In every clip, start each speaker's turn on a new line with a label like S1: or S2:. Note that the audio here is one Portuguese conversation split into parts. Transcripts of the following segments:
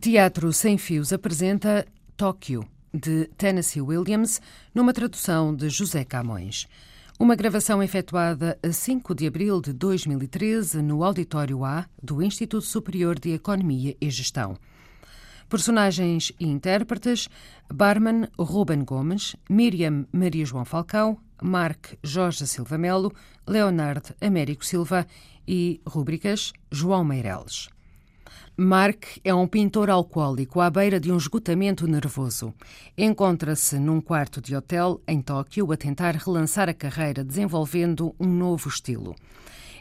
S1: Teatro Sem Fios apresenta Tóquio, de Tennessee Williams, numa tradução de José Camões. Uma gravação efetuada a 5 de abril de 2013 no Auditório A do Instituto Superior de Economia e Gestão. Personagens e intérpretes: Barman Ruben Gomes, Miriam Maria João Falcão, Marc Jorge Silva Melo, Leonardo Américo Silva e rúbricas João Meireles. Mark é um pintor alcoólico à beira de um esgotamento nervoso. Encontra-se num quarto de hotel em Tóquio a tentar relançar a carreira desenvolvendo um novo estilo.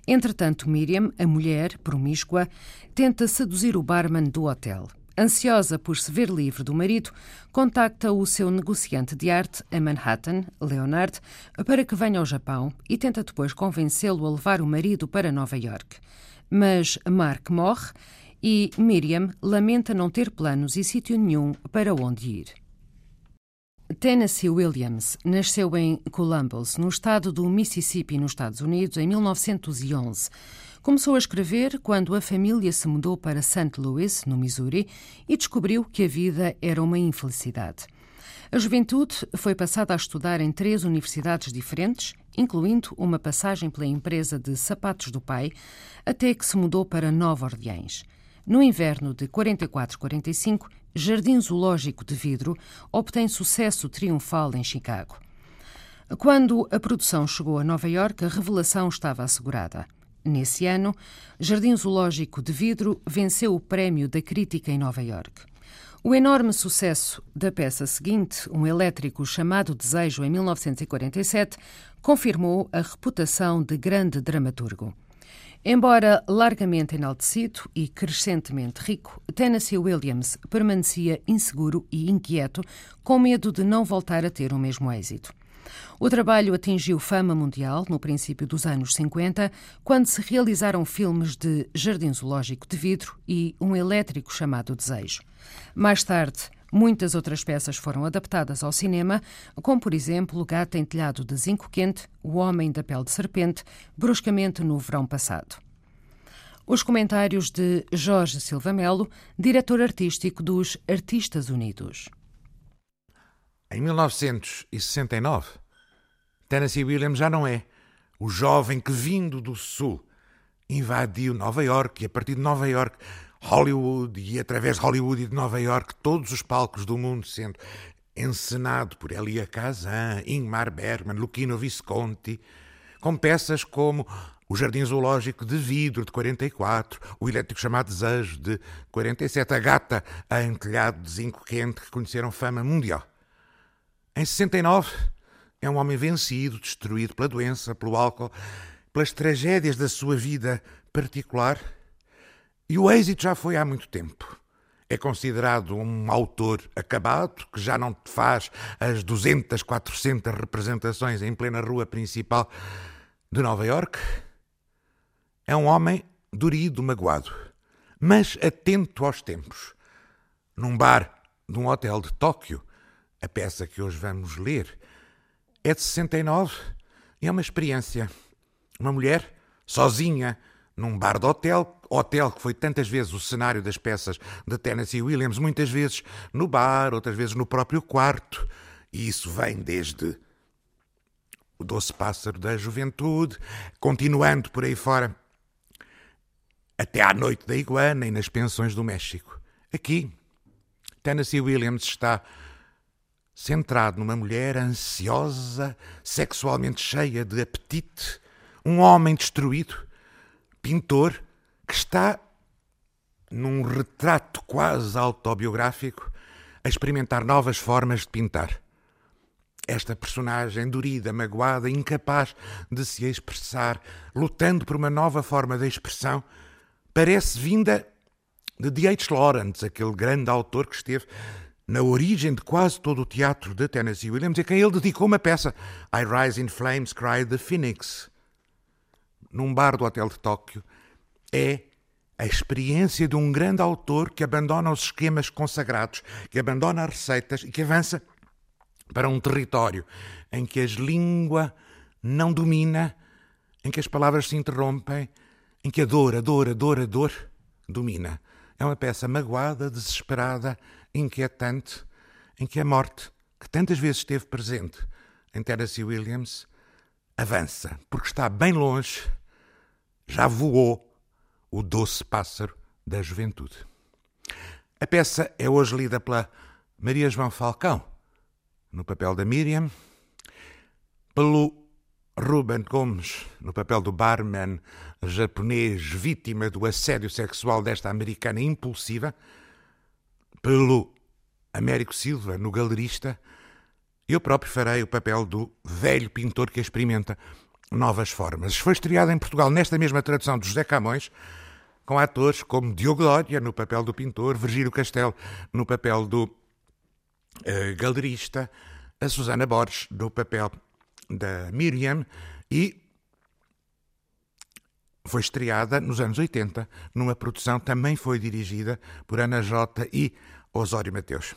S1: Entretanto, Miriam, a mulher promíscua, tenta seduzir o barman do hotel. Ansiosa por se ver livre do marido, contacta o seu negociante de arte a Manhattan, Leonard, para que venha ao Japão e tenta depois convencê-lo a levar o marido para Nova York. Mas Mark morre e Miriam lamenta não ter planos e sítio nenhum para onde ir. Tennessee Williams nasceu em Columbus, no estado do Mississippi, nos Estados Unidos, em 1911. Começou a escrever quando a família se mudou para St. Louis, no Missouri, e descobriu que a vida era uma infelicidade. A juventude foi passada a estudar em três universidades diferentes, incluindo uma passagem pela empresa de sapatos do pai, até que se mudou para Nova Orleans. No inverno de 44-45, Jardim Zoológico de Vidro obtém sucesso triunfal em Chicago. Quando a produção chegou a Nova York, a revelação estava assegurada. Nesse ano, Jardim Zoológico de Vidro venceu o prémio da crítica em Nova York. O enorme sucesso da peça seguinte, um elétrico chamado Desejo, em 1947, confirmou a reputação de grande dramaturgo. Embora largamente enaltecido e crescentemente rico, Tennessee Williams permanecia inseguro e inquieto, com medo de não voltar a ter o mesmo êxito. O trabalho atingiu fama mundial no princípio dos anos 50, quando se realizaram filmes de Jardim Zoológico de Vidro e Um Elétrico Chamado Desejo. Mais tarde, muitas outras peças foram adaptadas ao cinema, como, por exemplo, O Gato em Telhado de Zinco Quente, O Homem da Pele de Serpente, bruscamente no verão passado. Os comentários de Jorge Silva Melo, diretor artístico dos Artistas Unidos.
S2: Em 1969, Tennessee Williams já não é o jovem que, vindo do Sul, invadiu Nova York e, a partir de Nova York, Hollywood e, através de Hollywood e de Nova York, todos os palcos do mundo sendo encenado por Elia Kazan, Ingmar Bergman, Luquino Visconti, com peças como o Jardim Zoológico de Vidro, de 44, o Elétrico Chamado Desejo, de 47, a Gata em Telhado de Zinco Quente, que conheceram fama mundial. Em 69, é um homem vencido, destruído pela doença, pelo álcool, pelas tragédias da sua vida particular. E o êxito já foi há muito tempo. É considerado um autor acabado, que já não faz as 200, 400 representações em plena rua principal de Nova York. É um homem dorido, magoado, mas atento aos tempos. Num bar de um hotel de Tóquio, a peça que hoje vamos ler é de 69 e é uma experiência. Uma mulher sozinha num bar de hotel, hotel que foi tantas vezes o cenário das peças de Tennessee Williams, muitas vezes no bar, outras vezes no próprio quarto. E isso vem desde o doce pássaro da juventude, continuando por aí fora, até à noite da iguana e nas pensões do México. Aqui, Tennessee Williams está centrado numa mulher ansiosa, sexualmente cheia de apetite, um homem destruído, pintor, que está num retrato quase autobiográfico a experimentar novas formas de pintar. Esta personagem dorida, magoada, incapaz de se expressar, lutando por uma nova forma de expressão, parece vinda de D.H. Lawrence, aquele grande autor que esteve na origem de quase todo o teatro de Tennessee Williams, a quem ele dedicou uma peça, I Rise in Flames, Cry the Phoenix, num bar do Hotel de Tóquio, é a experiência de um grande autor que abandona os esquemas consagrados, que abandona as receitas e que avança para um território em que as língua não domina, em que as palavras se interrompem, em que a dor, a dor, a dor, a dor domina. é uma peça magoada, desesperada, inquietante, em que a morte, que tantas vezes esteve presente em Tennessee Williams, avança, porque está bem longe, já voou o doce pássaro da juventude. A peça é hoje lida pela Maria João Falcão, no papel da Miriam, pelo Ruben Gomes, no papel do barman japonês vítima do assédio sexual desta americana impulsiva, pelo Américo Silva, no galerista, eu próprio farei o papel do velho pintor que experimenta novas formas. Foi estreado em Portugal nesta mesma tradução de José Camões, com atores como Diogo Dória, no papel do pintor, Virgílio Castelo, no papel do uh, galerista, a Susana Borges, no papel da Miriam, e foi estreada nos anos 80, numa produção também foi dirigida por Ana Jota e Osório Mateus.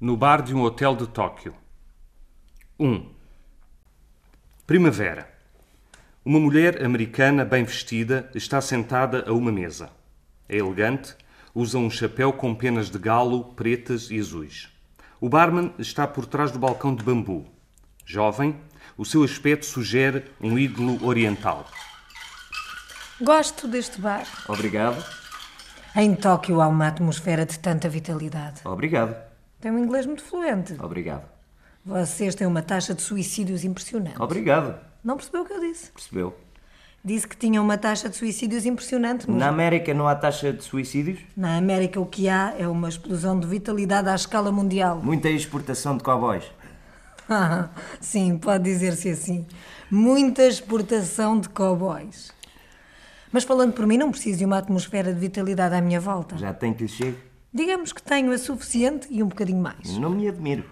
S3: no bar de um hotel de Tóquio. 1. Primavera. Uma mulher americana bem vestida está sentada a uma mesa. É elegante, usa um chapéu com penas de galo pretas e azuis. O barman está por trás do balcão de bambu. Jovem, o seu aspecto sugere um ídolo oriental.
S4: Gosto deste bar.
S5: Obrigado.
S4: Em Tóquio há uma atmosfera de tanta vitalidade.
S5: Obrigado.
S4: Tem um inglês muito fluente.
S5: Obrigado.
S4: Vocês têm uma taxa de suicídios impressionante.
S5: Obrigado.
S4: Não percebeu o que eu disse?
S5: Percebeu?
S4: Disse que tinham uma taxa de suicídios impressionante. mas
S5: Na América não há taxa de suicídios?
S4: Na América o que há é uma explosão de vitalidade à escala mundial.
S5: Muita exportação de cowboys.
S4: Ah, Sim, pode dizer-se assim. Muita exportação de cowboys. Mas falando por mim, não preciso de uma atmosfera de vitalidade à minha volta.
S5: Já tem que lhe chegue?
S4: Digamos que tenho a suficiente e um bocadinho mais.
S5: Não me admiro.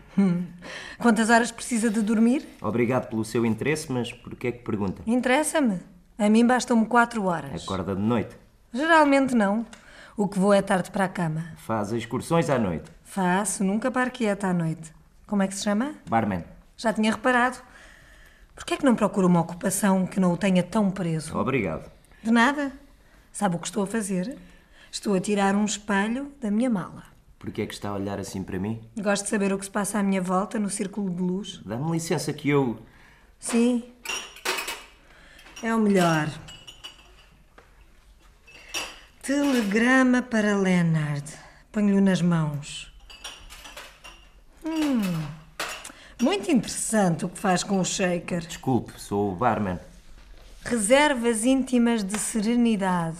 S4: Quantas horas precisa de dormir?
S5: Obrigado pelo seu interesse, mas por que é que pergunta?
S4: Interessa-me. A mim bastam-me quatro horas.
S5: Acorda de noite.
S4: Geralmente não. O que vou é tarde para a cama.
S5: Faz excursões à noite.
S4: Faço, nunca paro quieta à noite. Como é que se chama?
S5: Barman.
S4: Já tinha reparado. Porquê é que não procuro uma ocupação que não o tenha tão preso?
S5: Obrigado.
S4: De nada. Sabe o que estou a fazer? Estou a tirar um espelho da minha mala.
S5: Por que é que está a olhar assim para mim?
S4: Gosto de saber o que se passa à minha volta no círculo de luz.
S5: Dá-me licença que eu.
S4: Sim. É o melhor. Telegrama para Leonard. Ponho-lhe nas mãos. Hum. Muito interessante o que faz com o shaker.
S5: Desculpe, sou o barman.
S4: Reservas íntimas de serenidade.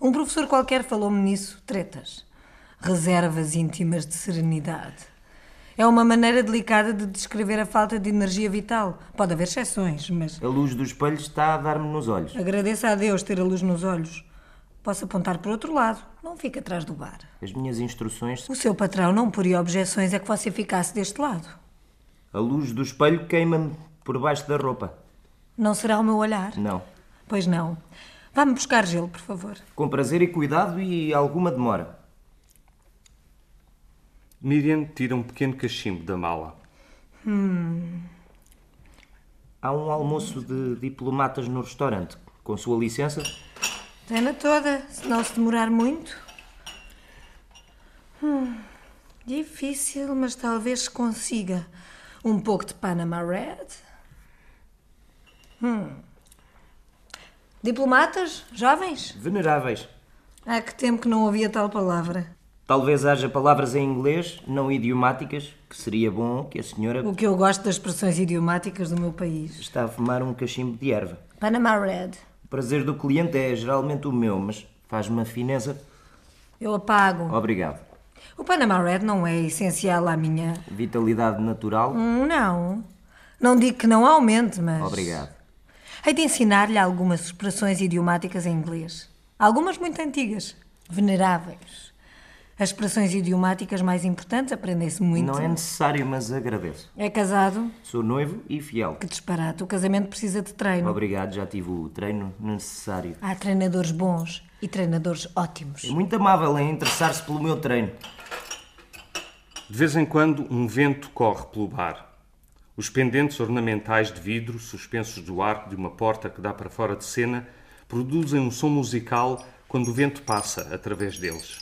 S4: Um professor qualquer falou-me nisso, tretas. Reservas íntimas de serenidade. É uma maneira delicada de descrever a falta de energia vital. Pode haver exceções, mas
S5: A luz do espelho está a dar-me nos olhos.
S4: agradeço a Deus ter a luz nos olhos. Posso apontar para outro lado, não fica atrás do bar.
S5: As minhas instruções.
S4: O seu patrão não poria objeções a que você ficasse deste lado.
S5: A luz do espelho queima-me por baixo da roupa.
S4: Não será o meu olhar?
S5: Não.
S4: Pois não. Vá-me buscar gelo, por favor.
S5: Com prazer e cuidado e alguma demora.
S3: Miriam tira um pequeno cachimbo da mala.
S5: Há um almoço de diplomatas no restaurante. Com sua licença?
S4: Tem-na toda, se não se demorar muito. Hum, difícil, mas talvez se consiga. Um pouco de Panama Red. Hum. Diplomatas? Jovens?
S5: Veneráveis.
S4: Há que tempo que não ouvia tal palavra.
S5: Talvez haja palavras em inglês não idiomáticas que seria bom que a senhora
S4: O que eu gosto das expressões idiomáticas do meu país.
S5: está a fumar um cachimbo de erva.
S4: Panama Red.
S5: O prazer do cliente é geralmente o meu, mas faz-me a fineza.
S4: Eu apago.
S5: Obrigado.
S4: O Panama Red não é essencial à minha.
S5: Vitalidade natural.
S4: Hum, Não. Não digo que não aumente, mas.
S5: Obrigado.
S4: Hei de ensinar-lhe algumas expressões idiomáticas em inglês. Algumas muito antigas, veneráveis. As expressões idiomáticas mais importantes aprendem-se muito.
S5: Não é necessário, mas agradeço.
S4: É casado?
S5: Sou noivo e fiel.
S4: Que disparate. O casamento precisa de treino.
S5: Obrigado, já tive o treino necessário.
S4: Há treinadores bons e treinadores ótimos.
S5: É muito amável em interessar-se pelo meu treino.
S3: De vez em quando, um vento corre pelo bar. Os pendentes ornamentais de vidro, suspensos do arco de uma porta que dá para fora de cena, produzem um som musical quando o vento passa através deles.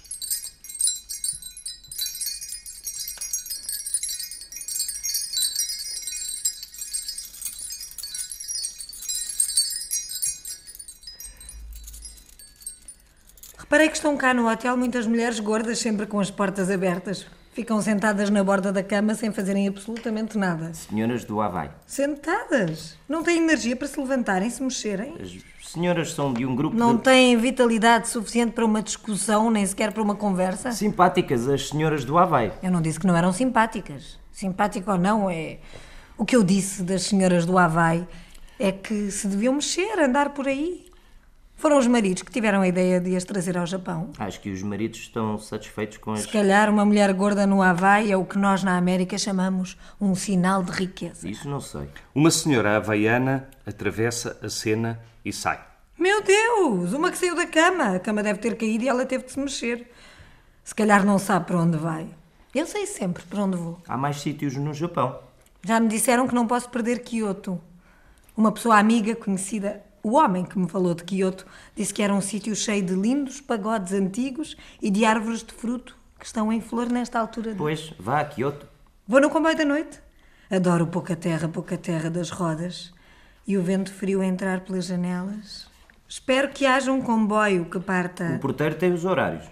S4: Reparei que estão cá no hotel muitas mulheres gordas, sempre com as portas abertas. Ficam sentadas na borda da cama sem fazerem absolutamente nada.
S5: Senhoras do Havaí.
S4: Sentadas? Não têm energia para se levantarem, se mexerem?
S5: As senhoras são de um grupo
S4: Não
S5: de...
S4: têm vitalidade suficiente para uma discussão, nem sequer para uma conversa?
S5: simpáticas, as senhoras do Havaí.
S4: Eu não disse que não eram simpáticas. Simpático ou não é. O que eu disse das senhoras do Havaí é que se deviam mexer, andar por aí. Foram os maridos que tiveram a ideia de as trazer ao Japão.
S5: Acho que os maridos estão satisfeitos com as...
S4: Se calhar uma mulher gorda no Havaí é o que nós na América chamamos um sinal de riqueza.
S5: Isso não sei.
S3: Uma senhora havaiana atravessa a cena e sai.
S4: Meu Deus! Uma que saiu da cama. A cama deve ter caído e ela teve de se mexer. Se calhar não sabe para onde vai. Eu sei sempre para onde vou.
S5: Há mais sítios no Japão.
S4: Já me disseram que não posso perder Kyoto. Uma pessoa amiga conhecida, o homem que me falou de Kyoto, disse que era um sítio cheio de lindos pagodes antigos e de árvores de fruto que estão em flor nesta altura. Do...
S5: Pois, vá a Kyoto.
S4: Vou no comboio da noite. Adoro pouca terra, pouca terra das rodas e o vento frio a entrar pelas janelas. Espero que haja um comboio que
S5: O
S4: parta.
S5: porteiro tem os horários.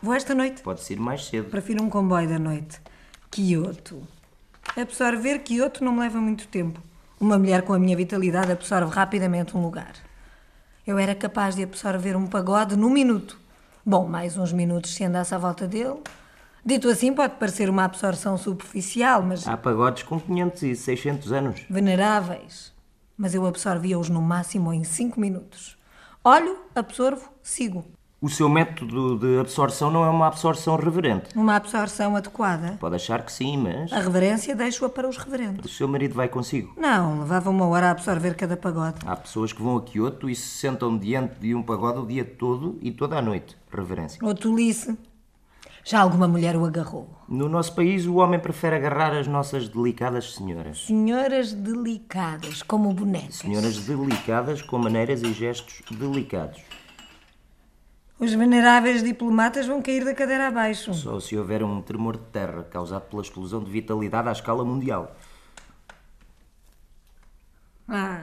S4: Vou esta noite.
S5: Pode-se ir mais cedo.
S4: Prefiro um comboio da noite. Kyoto. Absorver Kyoto não me leva muito tempo. Uma mulher com a minha vitalidade absorve rapidamente um lugar. Eu era capaz de absorver um pagode num minuto. Bom, mais uns minutos se andasse à volta dele. Dito assim, pode parecer uma absorção superficial, mas
S5: Há pagodes com 500 e 600 anos.
S4: veneráveis. Mas eu absorvia-os no máximo em cinco minutos. Olho, absorvo, sigo.
S5: O seu método de absorção não é uma absorção reverente.
S4: Uma absorção adequada.
S5: Pode achar que sim, mas
S4: A reverência deixo-a para os reverentes.
S5: o seu marido vai consigo.
S4: Não, levava uma hora a absorver cada pagode.
S5: Há pessoas que vão a Kyoto e se sentam diante de um pagode o dia todo e toda a noite. Reverência.
S4: Ou tolice. Já alguma mulher o agarrou.
S5: No nosso país, o homem prefere agarrar as nossas delicadas senhoras.
S4: Senhoras delicadas, como bonecas.
S5: Senhoras delicadas com maneiras e gestos delicados.
S4: Os veneráveis diplomatas vão cair da cadeira abaixo.
S5: Só se houver um tremor de terra causado pela explosão de vitalidade à escala mundial.
S4: Ah,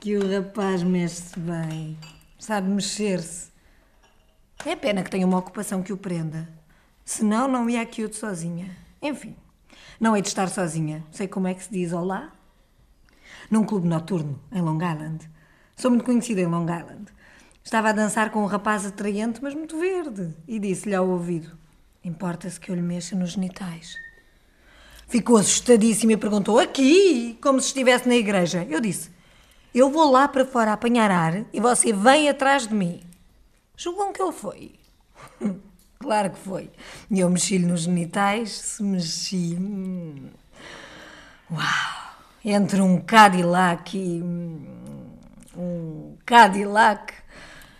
S4: que o rapaz mexe-se bem. Sabe mexer-se. É pena que tenha uma ocupação que o prenda. Senão não ia a Kyoto sozinha. Enfim, não hei de estar sozinha. Sei como é que se diz olá. Num clube noturno, em Long Island. Sou muito conhecida em Long Island. Estava a dançar com um rapaz atraente, mas muito verde. E disse-lhe ao ouvido, importa-se que eu lhe mexa nos genitais. Ficou assustadíssimo e perguntou: Aqui? Como se estivesse na igreja. Eu disse: Eu vou lá para fora apanhar ar e você vem atrás de mim. Julgam que ele foi. claro que foi. E eu mexi-lhe nos genitais, se mexi. hum. Uau! Entre um Cadillac e. hum, Um Cadillac.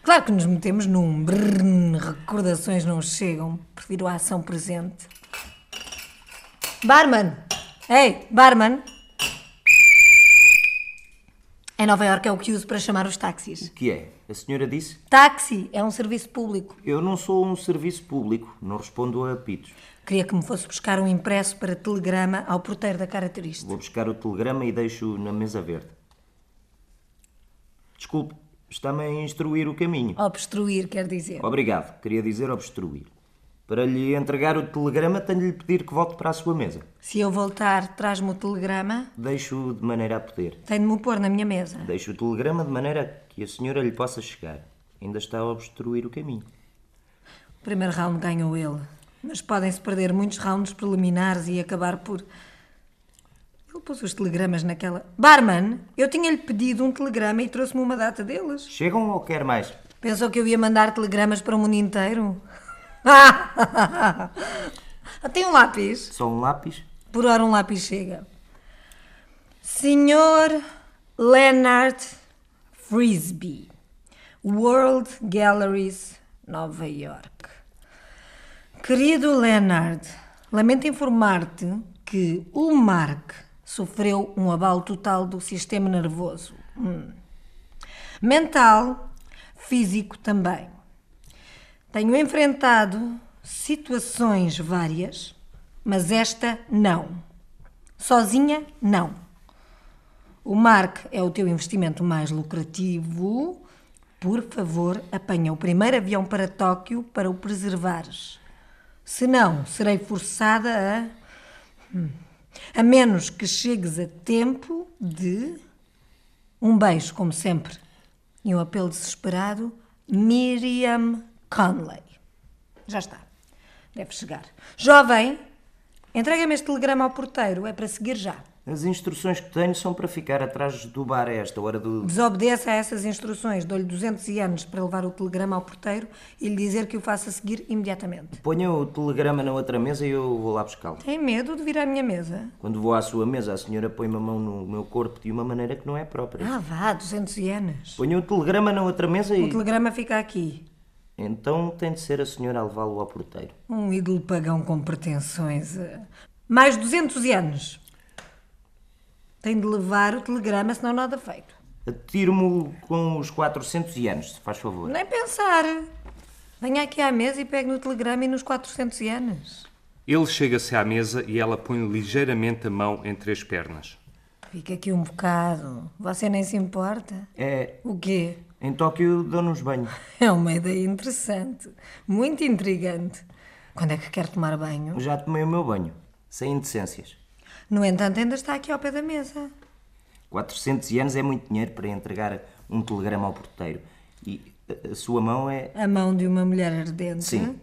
S4: Claro que nos metemos num. brrrn, recordações não chegam. Prefiro a ação presente. Barman! Ei, barman! Em Nova Iorque é o que uso para chamar os táxis.
S5: Que é? A senhora disse?
S4: Táxi é um serviço público.
S5: Eu não sou um serviço público, não respondo a apitos.
S4: Queria que me fosse buscar um impresso para telegrama ao porteiro da característica.
S5: Vou buscar o telegrama e deixo na mesa verde. Desculpe, está-me a instruir o caminho.
S4: Obstruir, quer dizer.
S5: Obrigado, queria dizer obstruir. Para lhe entregar o telegrama, tenho de lhe pedir que volte para a sua mesa.
S4: Se eu voltar, traz-me o telegrama,
S5: Deixo de maneira a poder.
S4: tem de me o pôr na minha mesa.
S5: Deixo o telegrama de maneira que a senhora lhe possa chegar. Ainda está a obstruir o caminho.
S4: O primeiro round ganhou ele, mas podem-se perder muitos rounds preliminares e acabar por. Ele pôs os telegramas naquela. Barman, eu tinha-lhe pedido um telegrama e trouxe-me uma data deles.
S5: Chegam ou quer mais?
S4: Pensou que eu ia mandar telegramas para o mundo inteiro? Tem um lápis?
S5: Só um lápis?
S4: Por hora um lápis chega. Senhor Leonard Frisbee, World Galleries, Nova York. Querido Leonard, lamento informar-te que o Mark sofreu um abalo total do sistema nervoso. Hum. Mental, físico também. Tenho enfrentado situações várias, mas esta não. Sozinha, não. O Mark é o teu investimento mais lucrativo. Por favor, apanha o primeiro avião para Tóquio para o preservares. Se não, serei forçada a. Hum. A menos que chegues a tempo de. Um beijo, como sempre. E um apelo desesperado: Miriam Conley. Já está. Deve chegar. Jovem, entrega-me este telegrama ao porteiro. É para seguir já.
S5: As instruções que tenho são para ficar atrás do bar a esta hora do.
S4: Desobedeça a essas instruções. Dou-lhe 200 anos para levar o telegrama ao porteiro e lhe dizer que o faça seguir imediatamente.
S5: Ponha o telegrama na outra mesa e eu vou lá buscá-lo.
S4: Tem medo de vir à minha mesa?
S5: Quando vou à sua mesa, a senhora põe-me a mão no meu corpo de uma maneira que não é própria.
S4: Ah, vá, 200 anos.
S5: Ponha o telegrama na outra mesa
S4: O
S5: e.
S4: telegrama fica aqui.
S5: Então tem de ser a senhora a levá-lo ao porteiro.
S4: Um ídolo pagão com pretensões. eh. Mais 200 anos. Tem de levar o telegrama, senão nada feito.
S5: Atiro-mo com os 400 anos, se faz favor.
S4: Nem pensar. Venha aqui à mesa e pegue no telegrama e nos 400 anos.
S3: Ele chega-se à mesa e ela põe ligeiramente a mão entre as pernas.
S4: Fica aqui um bocado. Você nem se importa?
S5: É.
S4: O quê?
S5: Em Tóquio dão-nos banho.
S4: É uma ideia interessante. Muito intrigante. Quando é que quer tomar banho?
S5: Já tomei o meu banho. Sem indecências.
S4: No entanto, ainda está aqui ao pé da mesa.
S5: 400 anos é muito dinheiro para entregar um telegrama ao porteiro. E a- a sua mão é.
S4: A mão de uma mulher ardente.
S5: Sim.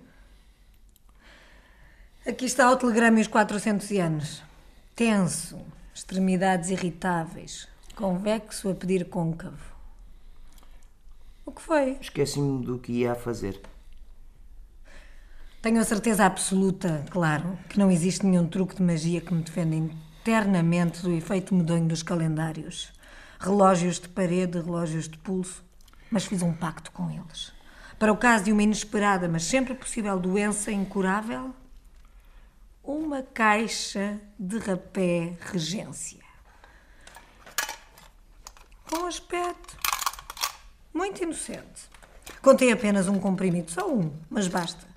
S4: Aqui está o telegrama e os 400 anos. Tenso, extremidades irritáveis, convexo a pedir côncavo. O que foi?
S5: Esqueci-me do que ia a fazer.
S4: Tenho a certeza absoluta, claro, que não existe nenhum truque de magia que me defenda internamente do efeito medonho dos calendários. Relógios de parede, relógios de pulso. Mas fiz um pacto com eles. Para o caso de uma inesperada, mas sempre possível doença incurável, uma caixa de rapé regência. Com aspecto muito inocente. Contei apenas um comprimido, só um, mas basta.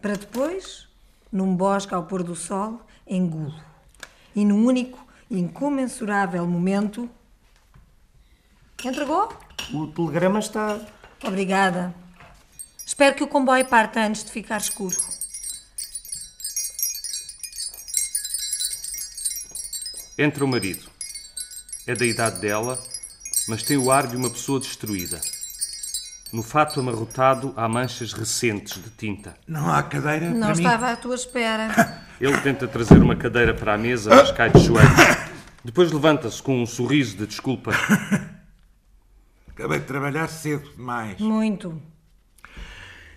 S4: Para depois, num bosque ao pôr do sol, engulo. E num único, incomensurável momento. Entregou?
S5: O telegrama está.
S4: Obrigada. Espero que o comboio parta antes de ficar escuro.
S3: Entra o marido. É da idade dela, mas tem o ar de uma pessoa destruída. No fato amarrotado há manchas recentes de tinta.
S2: Não há cadeira
S4: Não
S2: para mim?
S4: estava à tua espera.
S3: Ele tenta trazer uma cadeira para a mesa, mas cai de joelhos. Depois levanta-se com um sorriso de desculpa.
S2: Acabei de trabalhar cedo demais.
S4: Muito.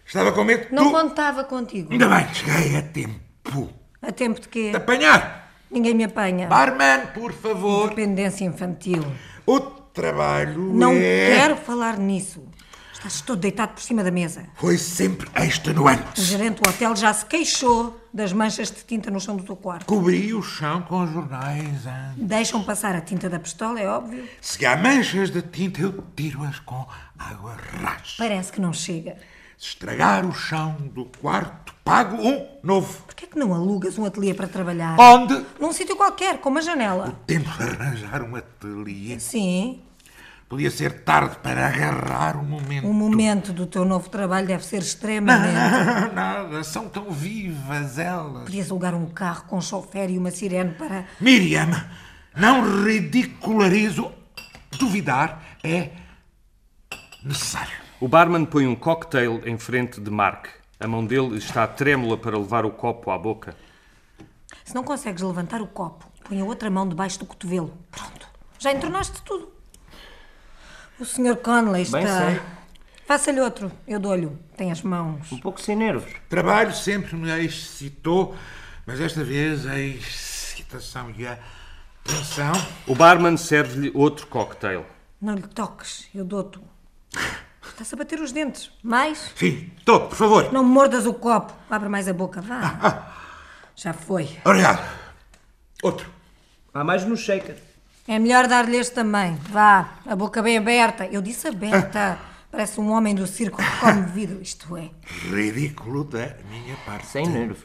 S2: Estava com medo que
S4: Não
S2: tu...
S4: contava contigo.
S2: Ainda bem, cheguei a tempo
S4: A tempo de quê?
S2: de apanhar.
S4: Ninguém me apanha.
S2: Barman, por favor,
S4: Dependência infantil.
S2: o trabalho
S4: Não
S2: é...
S4: quero falar nisso. Estás todo deitado por cima da mesa.
S2: Foi sempre
S4: O
S2: extenuante.
S4: gerente do hotel já se queixou das manchas de tinta no chão do teu quarto.
S2: Cobri o chão com os jornais. ah.
S4: Deixam passar a tinta da pistola, é óbvio.
S2: Se há manchas de tinta, eu tiro-as com água rasa.
S4: Parece que não chega.
S2: Se estragar o chão do quarto, pago um novo.
S4: Porquê é que não alugas um ateliê para trabalhar?
S2: Onde
S4: Num sítio qualquer, com uma janela.
S2: temos de arranjar um ateliê.
S4: Sim,
S2: Podia ser tarde para agarrar o momento.
S4: o um momento do teu novo trabalho deve ser extremamente...
S2: Nada, são tão vivas elas.
S4: Podias alugar um carro com chofer e uma sirene para...
S2: Miriam, não ridicularizo. Duvidar é necessário.
S3: O barman põe um cocktail em frente de Mark. A mão dele está trêmula para levar o copo à boca.
S4: Se não consegues levantar o copo, põe a outra mão debaixo do cotovelo. Pronto, já entornaste tudo. O Sr. Conley está...
S5: Bem sei.
S4: Faça-lhe outro, eu dou-lhe. um. Tem as mãos.
S5: Um pouco sem nervos.
S2: Trabalho sempre me excitou, mas desta vez a excitação e a tensão.
S3: O barman serve-lhe outro cocktail.
S4: Não lhe toques, eu dou-te. um. Estás a bater os dentes. Mais?
S2: Sim, estou, por favor.
S4: Não mordas o copo. Abre mais a boca, vá. Já foi.
S2: Obrigado. Outro.
S5: Há mais no shaker.
S4: É melhor dar-lhe este também. Vá, a boca bem aberta. Eu disse aberta. Parece um homem do circo que come vidro, isto é.
S2: Ridículo da minha parte.
S5: Sem nervos.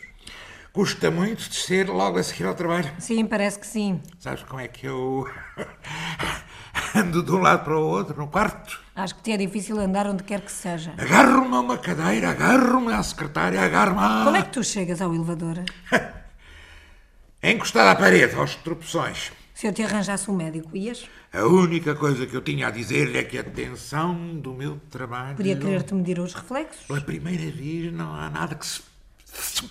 S2: Custa muito descer logo a seguir ao trabalho.
S4: Sim, parece que sim.
S2: Sabes como é que eu ando de um lado para o outro no quarto?
S4: Acho que te é difícil andar onde quer que seja.
S2: Agarro-me a uma cadeira, agarro-me à secretária, agarro-me à...
S4: Como é que tu chegas ao elevador?
S2: Encostada à parede, aos tropeções.
S4: Se eu te arranjasse um médico, ias?
S2: A única coisa que eu tinha a dizer-lhe é que a tensão do meu trabalho...
S4: Podia querer-te medir os reflexos?
S2: Pela primeira vez não há nada que se... se-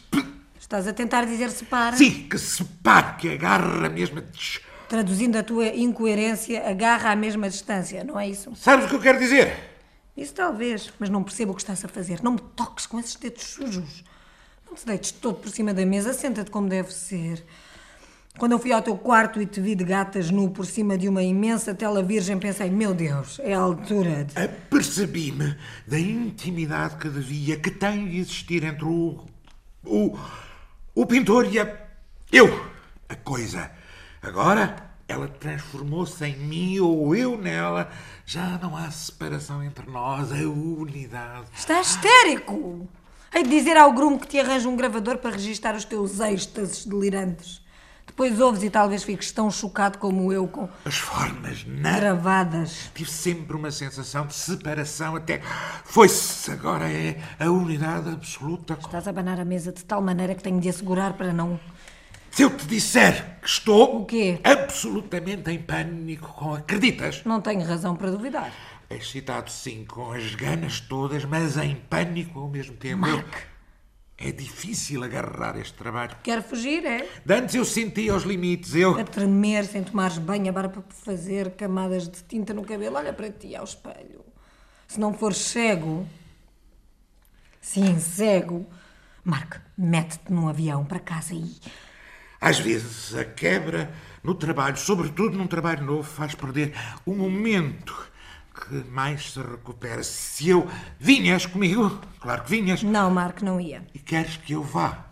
S4: Estás a tentar dizer separa?
S2: Sim, que se pare, que agarre a mesma... dis-
S4: Traduzindo a tua incoerência, agarra à mesma distância, não é isso?
S2: Sabes o que eu quero dizer?
S4: Isso talvez, mas não percebo o que estás a fazer. Não me toques com esses dedos sujos. Não te deites todo por cima da mesa, senta-te como deve ser. Quando eu fui ao teu quarto e te vi de gatas nu por cima de uma imensa tela virgem, pensei: meu Deus, é a altura de.
S2: Apercebi-me da intimidade que devia, que tem de existir entre o. o. o pintor e a. eu, a coisa. Agora ela transformou-se em mim ou eu nela. Já não há separação entre nós, a unidade.
S4: Estás histérico! Hei de dizer ao grumo que te arranja um gravador para registar os teus êxtases delirantes. Depois ouves e talvez fiques tão chocado como eu com
S2: As formas nada.
S4: gravadas.
S2: Tive sempre uma sensação de separação, até que foi-se. Agora é a unidade absoluta.
S4: Estás a abanar a mesa de tal maneira que tenho de assegurar para não
S2: Se eu te disser que estou
S4: O quê?
S2: absolutamente em pânico com acreditas?
S4: Não tenho razão para duvidar.
S2: Excitado sim, com as ganas todas, mas em pânico ao mesmo tempo.
S4: Mark.
S2: Eu- É difícil agarrar este trabalho.
S4: Quero fugir, é?
S2: De Antes eu sentia os limites, eu.
S4: A tremer sem tomares banho, agora para fazer camadas de tinta no cabelo. Olha para ti ao espelho. Se não fores cego. Sim, cego. Marco, mete-te num avião para casa e.
S2: Às vezes a quebra no trabalho, sobretudo num trabalho novo, faz perder o momento que mais se recupera. Se eu vinhas comigo, claro que vinhas,
S4: Não, Marco, não ia.
S2: e queres que eu vá.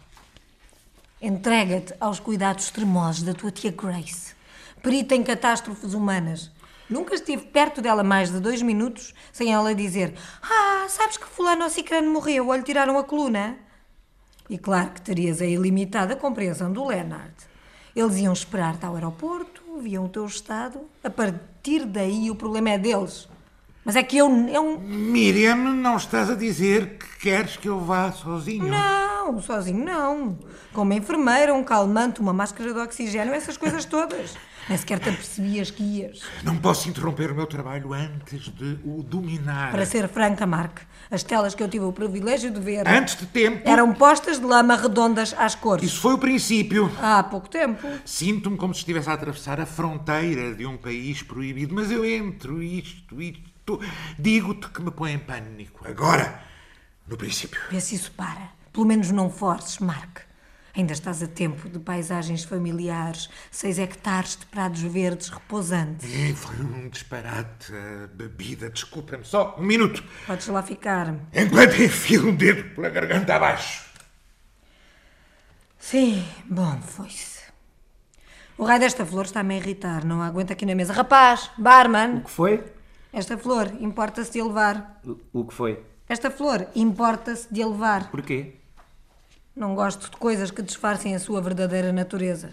S4: Entrega-te aos cuidados tremosos da tua tia Grace, perita em catástrofes humanas. Nunca estive perto dela mais de dois minutos sem ela dizer: Ah, sabes que Fulano ou Cicrano morreu ou lhe tiraram a coluna? E claro que terias a ilimitada compreensão do Leonard. Eles iam esperar-te ao aeroporto, viam o teu estado. A partir daí o problema é deles. Mas é que eu. eu
S2: Miriam, não estás a dizer que queres que eu vá sozinho?
S4: não, sozinho não. Com uma enfermeira, um calmante, uma máscara de oxigênio, essas coisas todas. Nem sequer te apercebias que ias.
S2: Não posso interromper o meu trabalho antes de o dominar.
S4: Para ser franca, Mark, as telas que eu tive o privilégio de ver
S2: Antes de tempo.
S4: eram postas de lama redondas às cores.
S2: Isso foi o princípio.
S4: Há pouco tempo.
S2: Sinto-me como se estivesse a atravessar a fronteira de um país proibido, mas eu entro isto, isto. Digo-te que me põe em pânico. Agora, no princípio.
S4: Vê se isso para. Pelo menos não forces, Mark. Ainda estás a tempo de paisagens familiares, seis hectares de prados verdes repousantes.
S2: Ih, Foi um disparate, a bebida, desculpa-me, só um minuto.
S4: Podes lá ficar.
S2: Enquanto enfio o dedo pela garganta abaixo.
S4: Sim, bom, foi-se. O raio desta flor está-me a irritar, não a aguento aqui na mesa. Rapaz, barman,
S5: O que foi?
S4: esta flor importa-se de a levar.
S5: O- O que foi?
S4: Esta flor importa-se de a levar.
S5: Porquê?
S4: Não gosto de coisas que disfarcem a sua verdadeira natureza.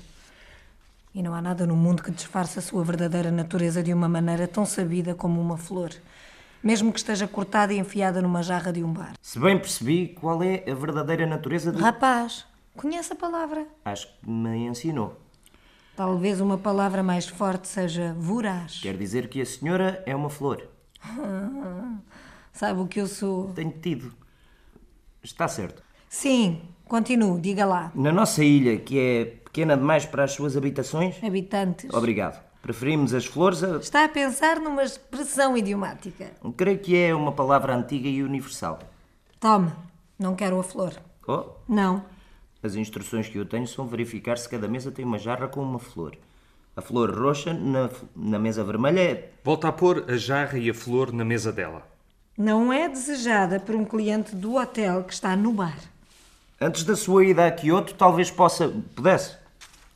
S4: E não há nada no mundo que disfarce a sua verdadeira natureza de uma maneira tão sabida como uma flor, mesmo que esteja cortada e enfiada numa jarra de um bar.
S5: Se bem percebi, qual é a verdadeira natureza do...
S4: Rapaz, conhece a palavra?
S5: Acho que me ensinou.
S4: Talvez uma palavra mais forte seja voraz.
S5: Quer dizer que a senhora é uma flor.
S4: Sabe o que eu sou?
S5: Tenho tido. Está certo.
S4: Sim, continuo, diga lá.
S5: Na nossa ilha, que é pequena demais para as suas habitações...
S4: Habitantes.
S5: Obrigado. Preferimos as flores a...
S4: Está a pensar numa expressão idiomática.
S5: Creio que é uma palavra antiga e universal.
S4: Tome, não quero a flor.
S5: Oh,
S4: Não,
S5: As instruções que eu tenho são verificar se cada mesa tem uma jarra com uma flor. A flor roxa na, f- na mesa vermelha é.
S3: Volta a pôr a jarra e a flor na mesa dela.
S4: Não é desejada por um cliente do hotel que está no bar.
S5: Antes da sua ida a Kyoto, talvez possa. pudesse.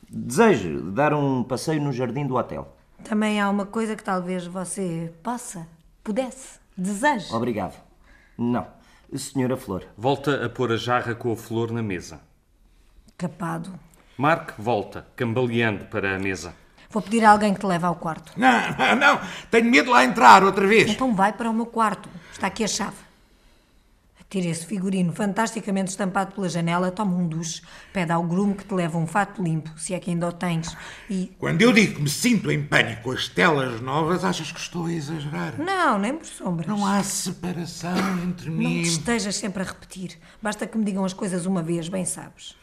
S5: Deseje dar um passeio no jardim do hotel.
S4: Também há uma coisa que talvez você possa, pudesse, deseje.
S5: Obrigado. Não. Senhora Flor.
S3: Volta a pôr a jarra com a flor na mesa.
S4: Capado.
S3: Mark volta, cambaleando para a mesa.
S4: Vou pedir a alguém que te leve ao quarto.
S2: Não, não, não, tenho medo de lá entrar outra vez.
S4: Então vai para o meu quarto. Está aqui a chave. Tira esse figurino fantasticamente estampado pela janela, toma um duche, pede ao groom que te leve um fato limpo, se é que ainda o tens, e...
S2: Quando eu digo que me sinto em pânico com as telas novas, achas que estou a exagerar?
S4: Não, nem por sombras.
S2: Não há separação entre
S4: Não
S2: mim
S4: te
S2: e
S4: estejas sempre a repetir. Basta que me digam as coisas uma vez, bem sabes.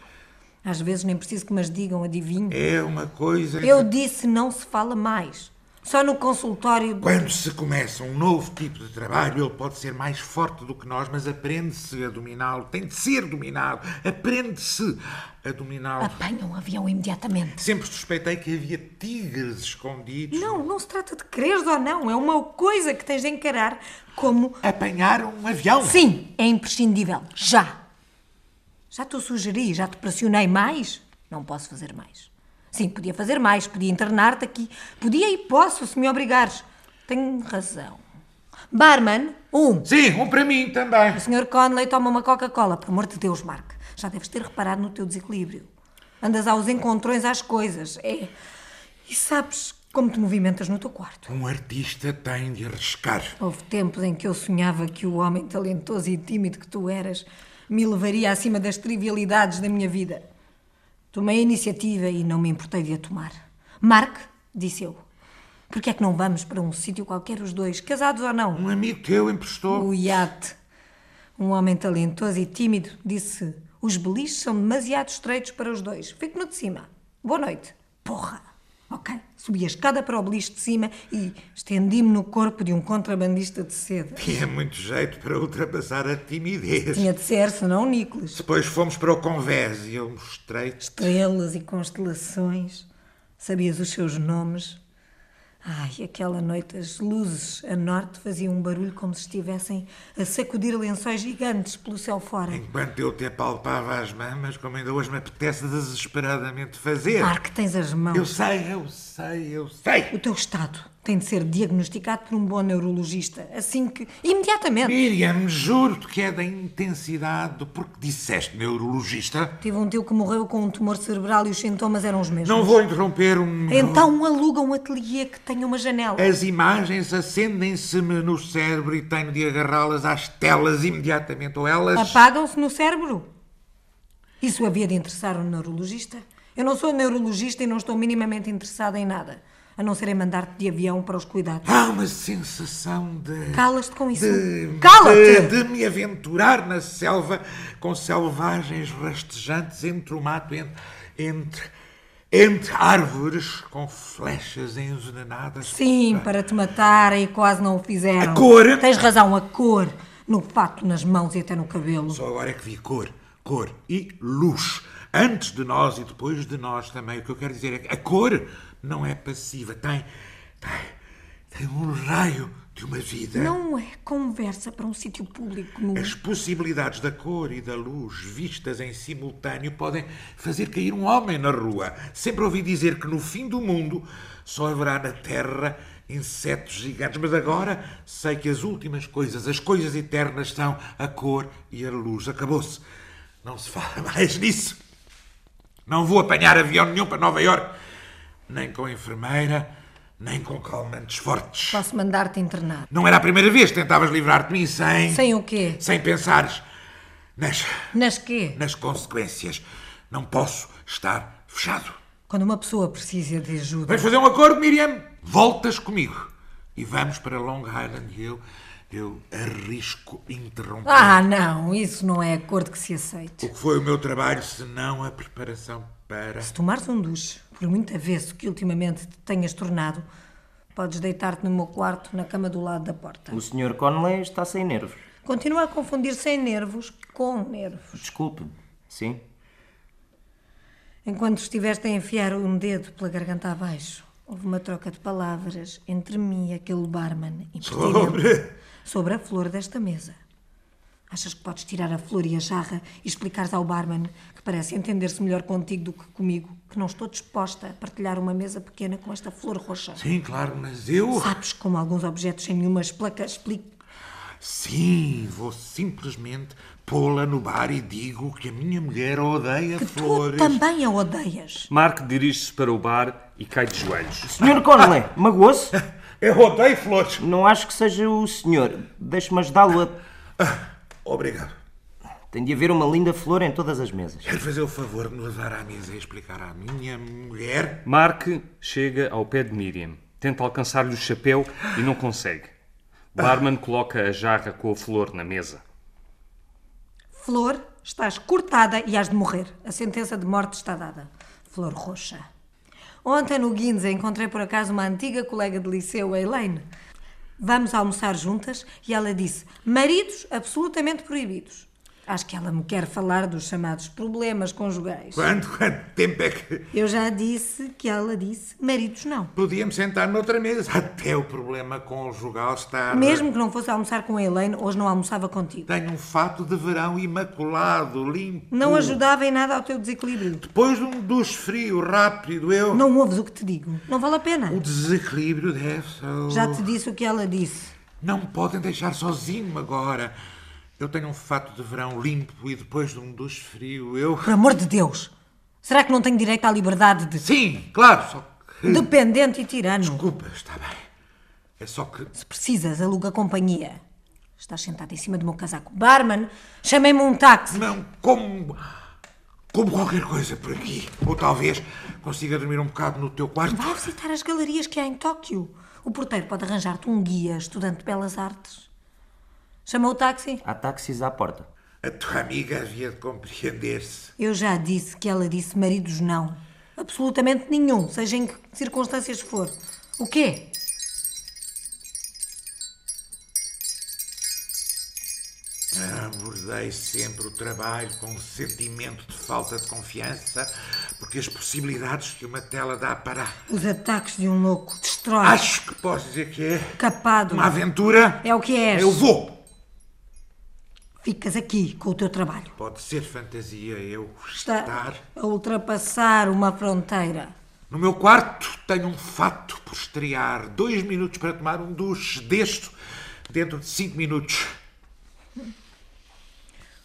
S4: Às vezes nem preciso que me as digam, adivinho.
S2: É uma coisa.
S4: Eu disse não se fala mais. Só no consultório.
S2: Quando se começa um novo tipo de trabalho, ele pode ser mais forte do que nós, mas aprende-se a dominá-lo. Tem de ser dominado. Aprende-se a dominá-lo.
S4: Apanha um avião imediatamente.
S2: Sempre suspeitei que havia tigres escondidos.
S4: Não, não se trata de quereres ou não. É uma coisa que tens de encarar como.
S2: Apanhar um avião.
S4: Sim, é imprescindível. Já. Já te o sugeri, já te pressionei mais. Não posso fazer mais. Sim, podia fazer mais, podia internar-te aqui. Podia e posso, se me obrigares. Tenho razão. Barman, um.
S2: Sim, um para mim também.
S4: O Sr. Conley toma uma Coca-Cola, por amor de Deus, Mark. Já deves ter reparado no teu desequilíbrio. Andas aos encontrões às coisas. É. E sabes como te movimentas no teu quarto.
S2: Um artista tem de arriscar.
S4: Houve tempos em que eu sonhava que o homem talentoso e tímido que tu eras me levaria acima das trivialidades da minha vida. Tomei a iniciativa e não me importei de a tomar. Mark, disse eu, por que é que não vamos para um sítio qualquer os dois, casados ou não?
S2: Um amigo teu emprestou.
S4: O iate. Um homem talentoso e tímido disse: Os beliches são demasiado estreitos para os dois. Fico no de cima. Boa noite. Porra! Ok. Subi a escada para o beliche de cima e estendi-me no corpo de um contrabandista de seda.
S2: Tinha é muito jeito para ultrapassar a timidez.
S4: Tinha de ser, senão Nicolas.
S2: Depois fomos para o convés e eu mostrei
S4: Estrelas e constelações. Sabias os seus nomes. Ai, aquela noite as luzes a norte faziam um barulho como se estivessem a sacudir lençóis gigantes pelo céu fora.
S2: enquanto eu te apalpava as mamas, como ainda hoje me apetece desesperadamente fazer.
S4: Mark, tens as mãos.
S2: Eu sei, eu sei, eu sei.
S4: O teu estado tem de ser diagnosticado por um bom neurologista, assim que. imediatamente!
S2: Miriam, juro-te que é da intensidade do porque disseste neurologista.
S4: Tive um tio que morreu com um tumor cerebral e os sintomas eram os mesmos.
S2: Não vou interromper um.
S4: Então aluga um ateliê que tenha uma janela.
S2: As imagens acendem-se-me no cérebro e tenho de agarrá-las às telas imediatamente, ou elas.
S4: Apagam-se no cérebro. Isso havia de interessar um neurologista? Eu não sou neurologista e não estou minimamente interessada em nada, a não ser em mandar-te de avião para os cuidados.
S2: Há uma sensação de.
S4: Calas-te com isso.
S2: de-
S4: Cala-te!
S2: De, de me aventurar na selva com selvagens rastejantes entre o mato, entre, entre, entre árvores com flechas envenenadas.
S4: Sim, para te matarem e quase não o fizeram.
S2: A cor?
S4: Tens razão, a cor. No fato, nas mãos e até no cabelo.
S2: Só agora é que vi cor, cor e luz. Antes de nós e depois de nós também. O que eu quero dizer é que a cor não é passiva. Tem. tem, tem um raio de uma vida.
S4: Não é conversa para um sítio público nu.
S2: As possibilidades da cor e da luz vistas em simultâneo podem fazer cair um homem na rua. Sempre ouvi dizer que no fim do mundo só haverá na Terra insetos gigantes, mas agora sei que as últimas coisas, as coisas eternas, são a cor e a luz. Acabou-se. Não se fala mais nisso. Não vou apanhar avião nenhum para Nova Iorque, nem com enfermeira, nem com calmantes fortes.
S4: Posso mandar-te internar.
S2: Não era a primeira vez que tentavas livrar-te de mim sem.
S4: Sem o quê?
S2: Sem pensares nas,
S4: Nas quê?
S2: nas consequências. Não posso estar fechado.
S4: Quando uma pessoa precisa de ajuda.
S2: Vamos fazer um acordo, Miriam? Voltas comigo. E vamos para Long Island. E Eu, eu arrisco interromper.
S4: Ah, não, isso não é acordo que se aceite.
S2: O que foi o meu trabalho, se não a preparação para.
S4: Se tomares um duche, por muito avesso que ultimamente te tenhas tornado, podes deitar-te no meu quarto, na cama do lado da porta.
S5: O Sr. Conley está sem nervos.
S4: Continua a confundir sem nervos com nervos.
S5: Desculpe-me. Sim?
S4: Enquanto estiveste a enfiar um dedo pela garganta abaixo, houve uma troca de palavras entre mim e aquele barman impertinente
S2: Sobre?
S4: sobre a flor desta mesa. Achas que podes tirar a flor e a jarra e explicares ao barman que parece entender-se melhor contigo do que comigo, que não estou disposta a partilhar uma mesa pequena com esta flor roxa?
S2: Sim, claro, mas eu.
S4: Sabes como alguns objetos sem nenhuma explica, explica
S2: Sim, vou simplesmente pô-la no bar e digo que a minha mulher odeia
S4: que tu
S2: flores.
S4: também a odeias.
S3: Mark dirige-se para o bar e cai de joelhos.
S5: Sr. Conley, magoou-se?
S2: Eu odeio flores.
S5: Não acho que seja o senhor. Deixe-me ajudá-lo a...
S2: Obrigado.
S5: Tem de haver uma linda flor em todas as mesas.
S2: Quero fazer o favor de me levar à mesa e explicar à minha mulher.
S3: Mark chega ao pé de Miriam. Tenta alcançar-lhe o chapéu e não consegue. Barman coloca a jarra com a flor na mesa.
S4: Flor, estás cortada e has de morrer. A sentença de morte está dada. Flor roxa. Ontem no Guinza encontrei por acaso uma antiga colega de liceu, a Elaine. Vamos almoçar juntas e ela disse: maridos absolutamente proibidos. Acho que ela me quer falar dos chamados problemas conjugais.
S2: Quanto, quanto tempo é que.
S4: Eu já disse que ela disse: maridos não.
S2: Podíamos sentar noutra mesa. Até o problema conjugal está.
S4: Mesmo que não fosse almoçar com a Elaine, hoje não almoçava contigo.
S2: Tenho um fato de verão imaculado, limpo.
S4: Não ajudava em nada ao teu desequilíbrio.
S2: Depois de um duche frio, rápido, eu.
S4: Não ouves o que te digo. Não vale a pena.
S2: O desequilíbrio deve.
S4: Já te disse o que ela disse.
S2: Não me podem deixar sozinho agora. Eu tenho um fato de verão limpo e depois de um duche frio, eu.
S4: Por amor de Deus! Será que não tenho direito à liberdade de.
S2: Sim, claro, só que.
S4: Dependente e tirano.
S2: Desculpa, está bem. É só que.
S4: Se precisas, aluga companhia. Estás sentado em cima do meu casaco. Barman, chamei-me um táxi.
S2: Não, como. Como qualquer coisa por aqui. Ou talvez consiga dormir um bocado no teu quarto.
S4: Vai visitar as galerias que há em Tóquio. O porteiro pode arranjar-te um guia, estudante de belas artes. Chamou o táxi?
S5: Há táxis à porta.
S2: A tua amiga havia de compreender-se.
S4: Eu já disse que ela disse maridos não. Absolutamente nenhum, seja em que circunstâncias for. O quê?
S2: Abordei sempre o trabalho com um sentimento de falta de confiança, porque as possibilidades que uma tela dá para.
S4: Os ataques de um louco destrói.
S2: Acho que posso dizer que é.
S4: Capado.
S2: Uma aventura.
S4: É o que és.
S2: Eu vou.
S4: Ficas aqui com o teu trabalho.
S2: Pode ser fantasia eu
S4: Está
S2: estar.
S4: a ultrapassar uma fronteira.
S2: No meu quarto tenho um fato por estrear. Dois minutos para tomar um duche deste dentro de cinco minutos.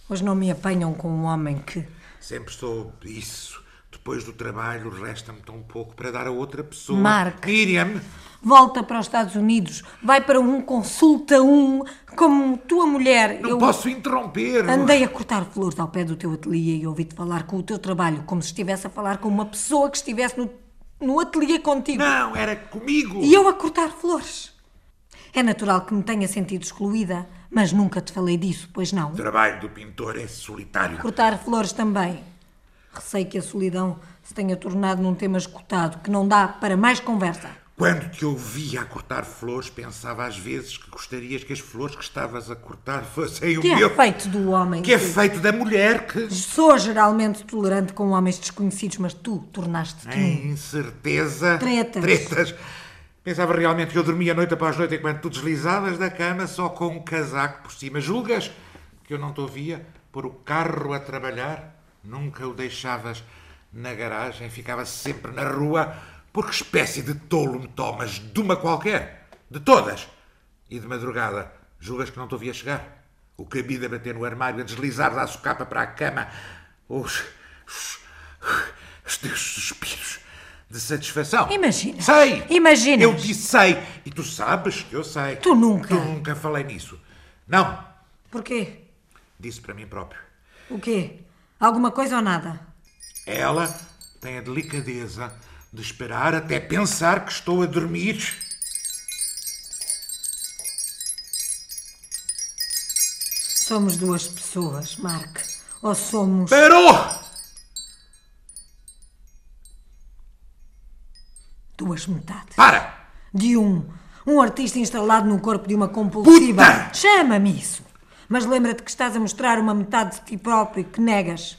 S4: Hoje não me apanham com um homem que.
S2: Sempre soube isso. Depois do trabalho resta-me tão pouco para dar a outra pessoa.
S4: Mark.
S2: Miriam.
S4: Volta para os Estados Unidos, vai para um, consulta um, como tua mulher.
S2: Não
S4: eu
S2: posso interromper.
S4: andei a cortar flores ao pé do teu ateliê e ouvi-te falar com o teu trabalho, como se estivesse a falar com uma pessoa que estivesse no, no ateliê contigo.
S2: Não, era comigo.
S4: E eu a cortar flores. É natural que me tenha sentido excluída, mas nunca te falei disso, pois não?
S2: O trabalho do pintor é solitário.
S4: Cortar flores também. Receio que a solidão se tenha tornado num tema escutado, que não dá para mais conversa.
S2: Quando te ouvia a cortar flores, pensava às vezes que gostarias que as flores que estavas a cortar fossem o
S4: Que
S2: meu.
S4: é feito do homem.
S2: Que é feito da mulher que.
S4: Sou geralmente tolerante com homens desconhecidos, mas tu tornaste-te um.
S2: Em certeza.
S4: Tretas.
S2: Tretas. Pensava realmente que eu dormia noite após noite enquanto tu deslizavas da cama só com um casaco por cima. Julgas que eu não te ouvia pôr o carro a trabalhar? Nunca o deixavas na garagem, ficava sempre na rua. Por que espécie de tolo me tomas? De uma qualquer? De todas? E de madrugada, julgas que não te ouvia chegar? O cabido a bater no armário, a deslizar da socapa para a cama. Os, os, os teus suspiros de satisfação.
S4: Imagina.
S2: Sei!
S4: Imaginas.
S2: Eu disse sei! E tu sabes que eu sei.
S4: Tu nunca.
S2: Tu nunca falei nisso. Não!
S4: Porquê?
S2: Disse para mim próprio.
S4: O quê? Alguma coisa ou nada?
S2: Ela tem a delicadeza de esperar até pensar que estou a dormir.
S4: Somos duas pessoas, Mark. Ou somos.
S2: Parou!
S4: Duas metades.
S2: Para!
S4: De um. Um artista instalado no corpo de uma compulsiva.
S2: Puta!
S4: Chama-me isso. Mas lembra-te que estás a mostrar uma metade de ti próprio que negas.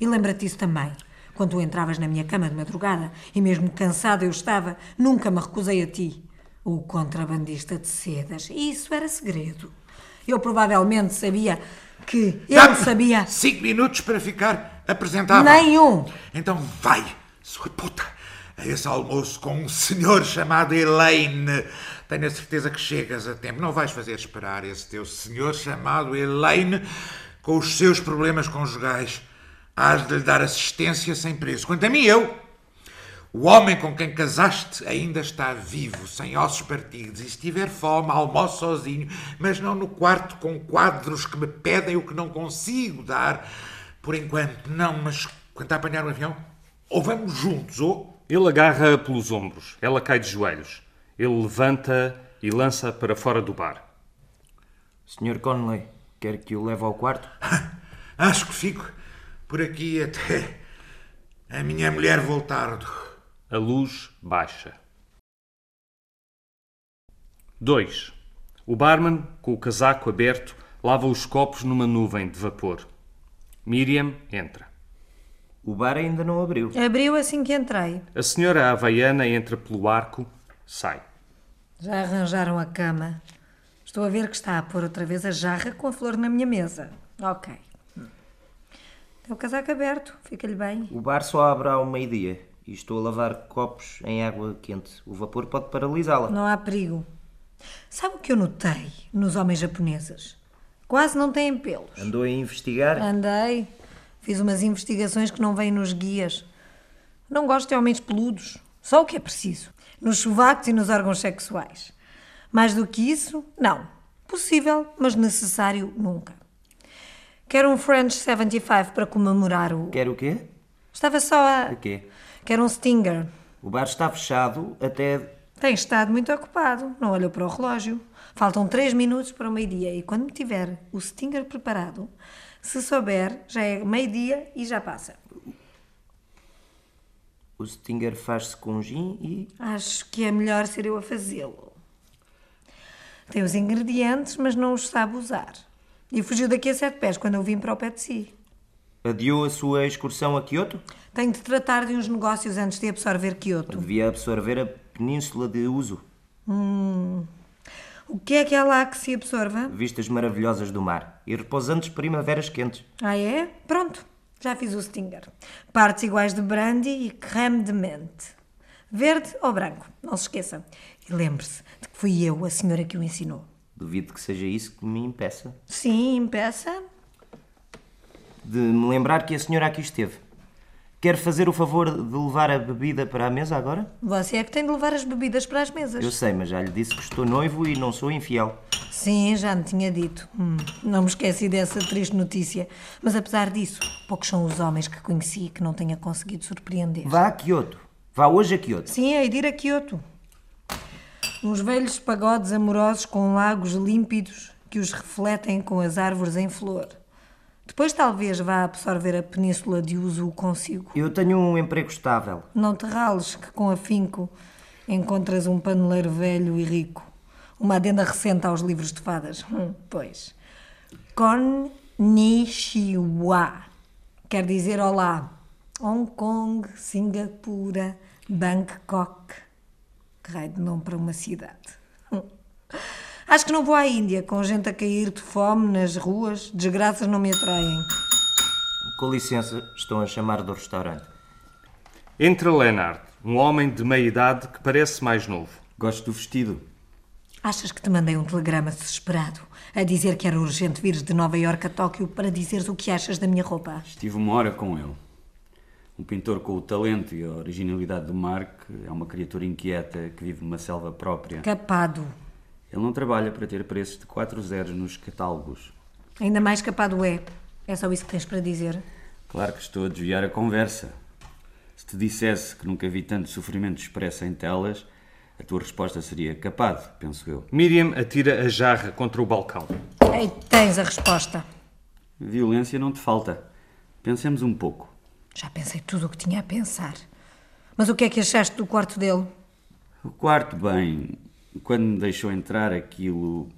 S4: E lembra-te isso também. Quando tu entravas na minha cama de madrugada, e mesmo cansada eu estava, nunca me recusei a ti. O contrabandista de sedas. Isso era segredo. Eu provavelmente sabia que. Eu
S2: Dá-me
S4: sabia.
S2: Cinco minutos para ficar apresentável.
S4: Nenhum.
S2: Então vai, sua puta, a esse almoço com um senhor chamado Elaine. Tenho a certeza que chegas a tempo. Não vais fazer esperar esse teu senhor chamado Elaine com os seus problemas conjugais. Hás de lhe dar assistência sem preço. Quanto a mim, eu. O homem com quem casaste ainda está vivo, sem ossos partidos. E se tiver fome, almoço sozinho, mas não no quarto com quadros que me pedem o que não consigo dar. Por enquanto, não, mas quando apanhar um avião, ou vamos juntos, ou.
S3: Ele agarra-a pelos ombros. Ela cai de joelhos. Ele levanta-a e lança-a para fora do bar.
S5: Senhor Conley, quer que o leve ao quarto?
S2: Acho que fico por aqui até a minha mulher voltar.
S3: A luz baixa. 2. O barman, com o casaco aberto, lava os copos numa nuvem de vapor. Miriam entra.
S5: O bar ainda não abriu.
S4: Abriu assim que entrei.
S3: A senhora havaiana entra pelo arco, sai.
S4: Já arranjaram a cama. Estou a ver que está a pôr outra vez a jarra com a flor na minha mesa. Ok. Tem o casaco aberto, fica-lhe bem.
S5: O bar só abre ao meio-dia e estou a lavar copos em água quente. O vapor pode paralisá-la.
S4: Não há perigo. Sabe o que eu notei nos homens japoneses? Quase não têm pelos.
S5: Andou a investigar?
S4: Andei, fiz umas investigações que não vêm nos guias. Não gosto de homens peludos, só o que é preciso. Nos sovacos e nos órgãos sexuais. Mais do que isso, não. Possível, mas necessário nunca. Quero um French 75 para comemorar o.
S5: Quer o quê?
S4: Estava só a.
S5: O quê?
S4: Quero um Stinger.
S5: O bar está fechado até.
S4: Tem estado muito ocupado, não olhou para o relógio. Faltam três minutos para o meio-dia e quando me tiver o Stinger preparado, se souber, já é meio-dia e já passa.
S5: O Stinger faz-se com um gin e.
S4: Acho que é melhor ser eu a fazê-lo. Tem os ingredientes, mas não os sabe usar. E fugiu daqui a sete pés quando eu vim para o pé de si.
S5: Adiou a sua excursão a Kyoto?
S4: Tenho de tratar de uns negócios antes de absorver Kyoto.
S5: Devia absorver a península de Uso.
S4: O que é que há lá que se absorva?
S5: Vistas maravilhosas do mar e repousantes primaveras quentes.
S4: Ah, é? Pronto, já fiz o Stinger. Partes iguais de brandy e creme de mente. Verde ou branco, não se esqueça. E lembre-se de que fui eu a senhora que o ensinou.
S5: Duvido que seja isso que me impeça
S4: Sim, peça.
S5: de me lembrar que a senhora aqui esteve. Quer fazer o favor de levar a bebida para a mesa agora?
S4: Você é que tem de levar as bebidas para as mesas.
S5: Eu sei, mas já lhe disse que estou noivo e não sou infiel.
S4: Sim, já me tinha dito. Hum, não me esqueci dessa triste notícia. Mas apesar disso, poucos são os homens que conheci que não tenha conseguido surpreender.
S5: Vá a Kyoto. Vá hoje a Kyoto.
S4: Sim, é ir a Kyoto. Uns velhos pagodes amorosos com lagos límpidos que os refletem com as árvores em flor. Depois talvez vá absorver a península de Uzu consigo.
S5: Eu tenho um emprego estável.
S4: Não te rales que com afinco Encontras um paneleiro velho e rico. Uma adenda recente aos livros de fadas. Hum, pois. Konnichiwa. Quer dizer olá. Hong Kong, Singapura, Bangkok. Que raio de nome para uma cidade. Hum. Acho que não vou à Índia, com gente a cair de fome nas ruas. Desgraças não me atraem.
S5: Com licença, estão a chamar do restaurante.
S3: Entra Leonard, um homem de meia idade que parece mais novo.
S5: Gosto do vestido.
S4: Achas que te mandei um telegrama desesperado a dizer que era urgente vires de Nova Iorque a Tóquio para dizeres o que achas da minha roupa?
S6: Estive uma hora com ele. Um pintor com o talento e a originalidade do Mark é uma criatura inquieta que vive numa selva própria.
S4: Capado.
S6: Ele não trabalha para ter preços de quatro zeros nos catálogos.
S4: Ainda mais capado é. É só isso que tens para dizer.
S6: Claro que estou a desviar a conversa. Se te dissesse que nunca vi tanto sofrimento expresso em telas, a tua resposta seria capado, penso eu.
S3: Miriam atira a jarra contra o balcão.
S4: Ei, tens a resposta.
S6: Violência não te falta. Pensemos um pouco.
S4: Já pensei tudo o que tinha a pensar. Mas o que é que achaste do quarto dele?
S6: O quarto, bem, quando me deixou entrar aquilo.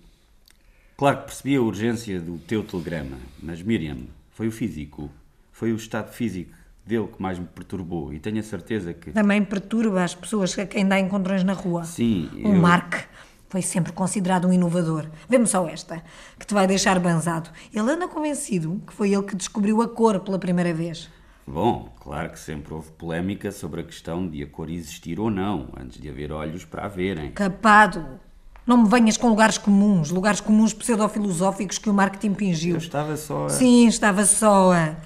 S6: Claro que percebi a urgência do teu telegrama, mas Miriam, foi o físico, foi o estado físico dele que mais me perturbou e tenho a certeza que.
S4: Também perturba as pessoas a quem dá encontrões na rua.
S6: Sim,
S4: O
S6: eu-
S4: Mark foi sempre considerado um inovador. Vê-me só esta, que te vai deixar banzado. Ele anda convencido que foi ele que descobriu a cor pela primeira vez.
S6: Bom, claro que sempre houve polémica sobre a questão de a cor existir ou não, antes de haver olhos para a verem.
S4: Capado! Não me venhas com lugares comuns, lugares comuns pseudofilosóficos que o Mark te impingiu.
S6: Eu estava só a.
S4: Sim, estava só a...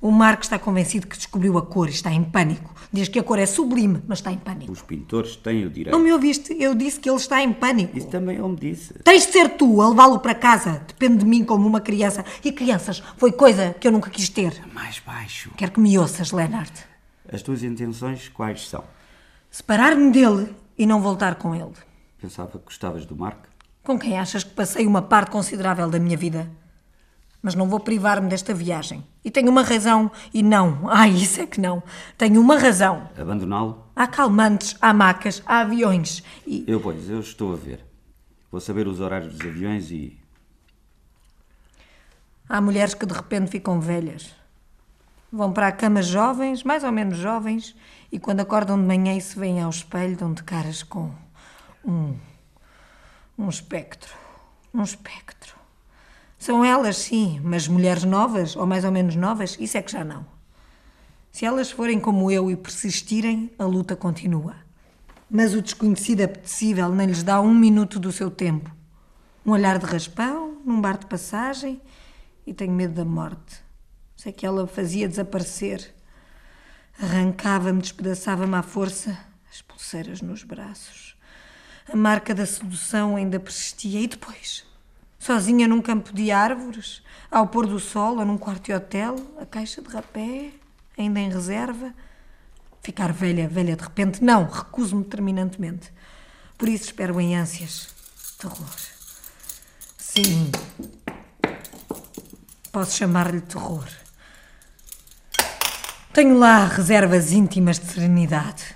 S4: O Marco está convencido que descobriu a cor e está em pânico. Diz que a cor é sublime, mas está em pânico.
S6: Os pintores têm o direito.
S4: Não me ouviste? Eu disse que ele está em pânico.
S6: Isso também ele me disse.
S4: Tens de ser tu a levá-lo para casa. Depende de mim como uma criança. E crianças foi coisa que eu nunca quis ter.
S6: Mais baixo.
S4: Quero que me ouças, Leonard.
S6: As tuas intenções quais são?
S4: Separar-me dele e não voltar com ele.
S6: Pensava que gostavas do Mark?
S4: Com quem achas que passei uma parte considerável da minha vida? Mas não vou privar-me desta viagem. E tenho uma razão. E não. Ai, isso é que não. Tenho uma razão.
S6: Abandoná-lo?
S4: Há calmantes, há macas, há aviões e.
S6: Eu, pois, eu estou a ver. Vou saber os horários dos aviões e.
S4: Há mulheres que de repente ficam velhas. Vão para a cama jovens, mais ou menos jovens, e quando acordam de manhã e se veem ao espelho, dão de caras com um. um espectro. Um espectro. São elas, sim, mas mulheres novas, ou mais ou menos novas, isso é que já não. Se elas forem como eu e persistirem, a luta continua. Mas o desconhecido é apetecível nem lhes dá um minuto do seu tempo. Um olhar de raspão, num bar de passagem, e tenho medo da morte. Sei que ela fazia desaparecer. Arrancava-me, despedaçava-me à força, as pulseiras nos braços. A marca da sedução ainda persistia. E depois? Sozinha num campo de árvores, ao pôr do sol ou num quarto de hotel, a caixa de rapé, ainda em reserva. Ficar velha, velha de repente? Não, recuso-me terminantemente. Por isso espero em ânsias. Terror. Sim. Posso chamar-lhe terror. Tenho lá reservas íntimas de serenidade.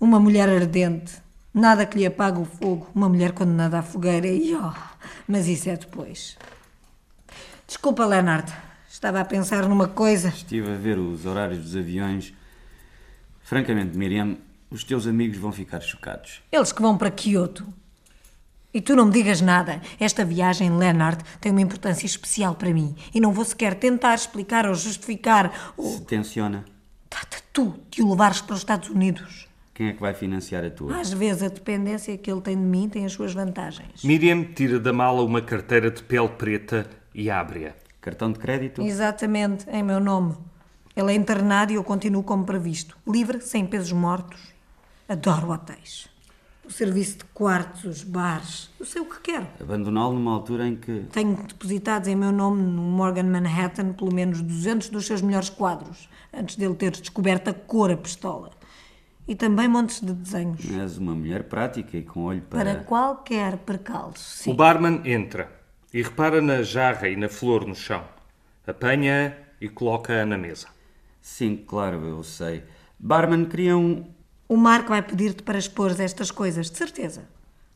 S4: Uma mulher ardente. Nada que lhe apague o fogo. Uma mulher condenada à fogueira. E oh, mas isso é depois. Desculpa, Leonardo. Estava a pensar numa coisa.
S6: Estive a ver os horários dos aviões. Francamente, Miriam, os teus amigos vão ficar chocados.
S4: Eles que vão para Kyoto. E tu não me digas nada. Esta viagem, Leonard, tem uma importância especial para mim. E não vou sequer tentar explicar ou justificar. Ou...
S6: Se tensiona,
S4: Trata tu de o levares para os Estados Unidos.
S6: quem é que vai financiar a tua?
S4: Às vezes a dependência que ele tem de mim tem as suas vantagens.
S3: Miriam tira da mala uma carteira de pele preta e abre-a.
S6: Cartão de crédito?
S4: Exatamente, em meu nome. Ele é internado e eu continuo como previsto. Livre, sem pesos mortos. Adoro hotéis. O serviço de quartos, os bares. Eu sei o que quero.
S6: Abandoná-lo numa altura em que.
S4: Tenho depositados em meu nome no Morgan Manhattan pelo menos 200 dos seus melhores quadros, antes dele ter descoberto a cor a pistola. E também montes de desenhos.
S6: És uma mulher prática e com olho
S4: Para
S6: para.
S4: qualquer percalço, sim.
S3: O barman entra e repara na jarra e na flor no chão. Apanha-a e coloca-a na mesa.
S6: Sim, claro, eu sei. Barman, queria um.
S4: O Marco vai pedir-te para expor estas coisas, de certeza.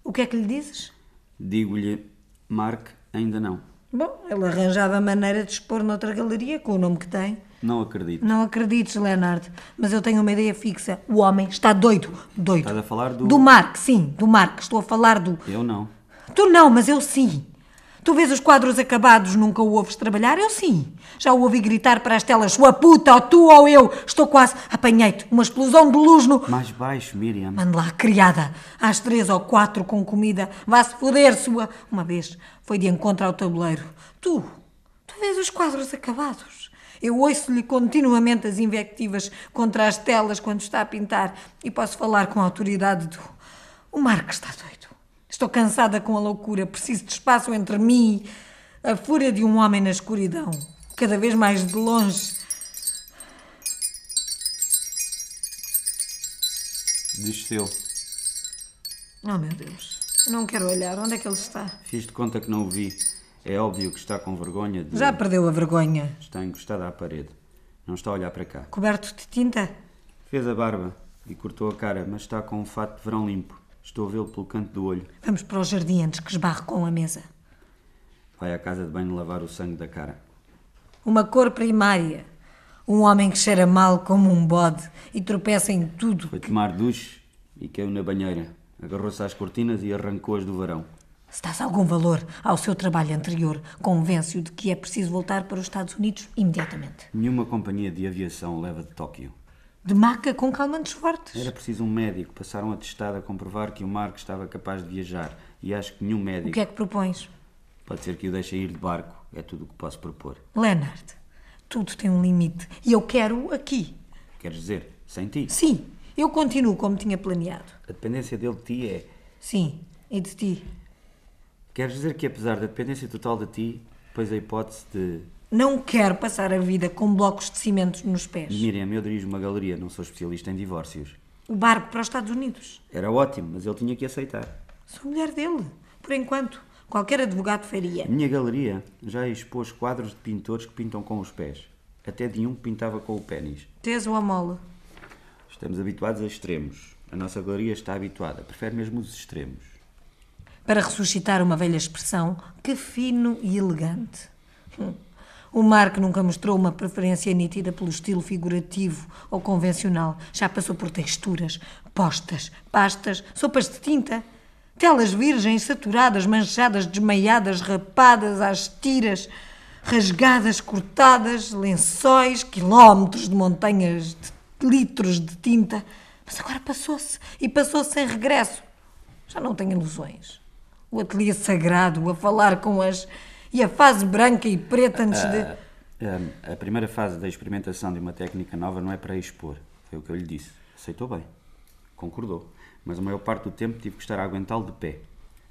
S4: O que é que lhe dizes?
S6: Digo-lhe, Mark, ainda não.
S4: Bom, ele arranjava maneira de expor noutra galeria com o nome que tem.
S6: Não acredito.
S4: Não acredites, Leonardo, mas eu tenho uma ideia fixa. O homem está doido, doido.
S6: Estás a falar do-
S4: Do Marco, sim, do Marco. Estou a falar do...
S6: Eu não.
S4: Tu não, mas eu sim. Tu vês os quadros acabados, nunca o ouves trabalhar? Eu sim. Já o ouvi gritar para as telas, sua puta, ou tu ou eu. Estou quase... Apanhei-te, uma explosão de luz no...
S6: Mais baixo, Miriam.
S4: Mande lá, criada, às três ou quatro com comida. Vá-se foder, sua. Uma vez foi de encontro ao tabuleiro. Tu, tu vês os quadros acabados. Eu ouço-lhe continuamente as invectivas contra as telas quando está a pintar e posso falar com a autoridade do. O Marco está doido. Estou cansada com a loucura. Preciso de espaço entre mim e a fúria de um homem na escuridão. Cada vez mais de longe.
S6: Desceu.
S4: Oh, meu Deus. Não quero olhar. Onde é que ele está?
S6: Fiz de conta que não o vi. É óbvio que está com vergonha de.
S4: Já perdeu a vergonha.
S6: Está encostada à parede. Não está a olhar para cá.
S4: Coberto de tinta?
S6: Fez a barba e cortou a cara, mas está com um fato de verão limpo. Estou a vê-lo pelo canto do olho.
S4: Vamos para o jardim antes que esbarre com a mesa.
S6: Vai à casa de banho lavar o sangue da cara.
S4: Uma cor primária. Um homem que cheira mal como um bode e tropeça em tudo.
S6: Foi tomar duche e caiu na banheira. Agarrou-se às cortinas e arrancou-as do varão.
S4: Se dás algum valor ao seu trabalho anterior, convence-o de que é preciso voltar para os Estados Unidos imediatamente.
S6: Nenhuma companhia de aviação leva de Tóquio.
S4: De maca com calmantes fortes.
S6: Era preciso um médico. Passaram a testada a comprovar que o Marco estava capaz de viajar. E acho que nenhum
S4: O
S6: médico.
S4: que é que propões?
S6: Pode ser que o deixe ir de barco. É tudo o que posso propor.
S4: Leonard, tudo tem um limite e eu quero aqui.
S6: Queres dizer, sem ti?
S4: Sim, eu continuo como tinha planeado.
S6: A dependência dele de ti é.
S4: Sim, e de ti?
S6: Queres dizer que, apesar da dependência total de ti, depois a hipótese de.
S4: Não quero passar a vida com blocos de cimentos nos pés.
S6: Miriam, eu dirijo uma galeria, não sou especialista em divórcios.
S4: O barco para os Estados Unidos.
S6: Era ótimo, mas ele tinha que aceitar.
S4: Sou mulher dele, por enquanto. Qualquer advogado faria.
S6: A minha galeria já expôs quadros de pintores que pintam com os pés. Até de um que pintava com o pênis.
S4: Tens ou a mola?
S6: Estamos habituados a extremos. A nossa galeria está habituada. Prefere mesmo os extremos.
S4: Para ressuscitar uma velha expressão, que fino e elegante. Hum. O Marco nunca mostrou uma preferência nítida pelo estilo figurativo ou convencional. Já passou por texturas, postas, pastas, sopas de tinta, telas virgens, saturadas, manchadas, desmaiadas, rapadas às tiras, rasgadas, cortadas, lençóis, quilómetros de montanhas de litros de tinta. Mas agora passou-se e passou-se sem regresso. Já não tenho ilusões. O ateliê sagrado, a falar com as. e a fase branca e preta antes
S6: Ah.
S4: de.
S6: Ahm, Ehm, a primeira fase da experimentação de uma técnica nova não é para expor. Foi o que eu lhe disse. Aceitou bem. Concordou. Mas a maior parte do tempo tive que estar a aguentá-lo de pé.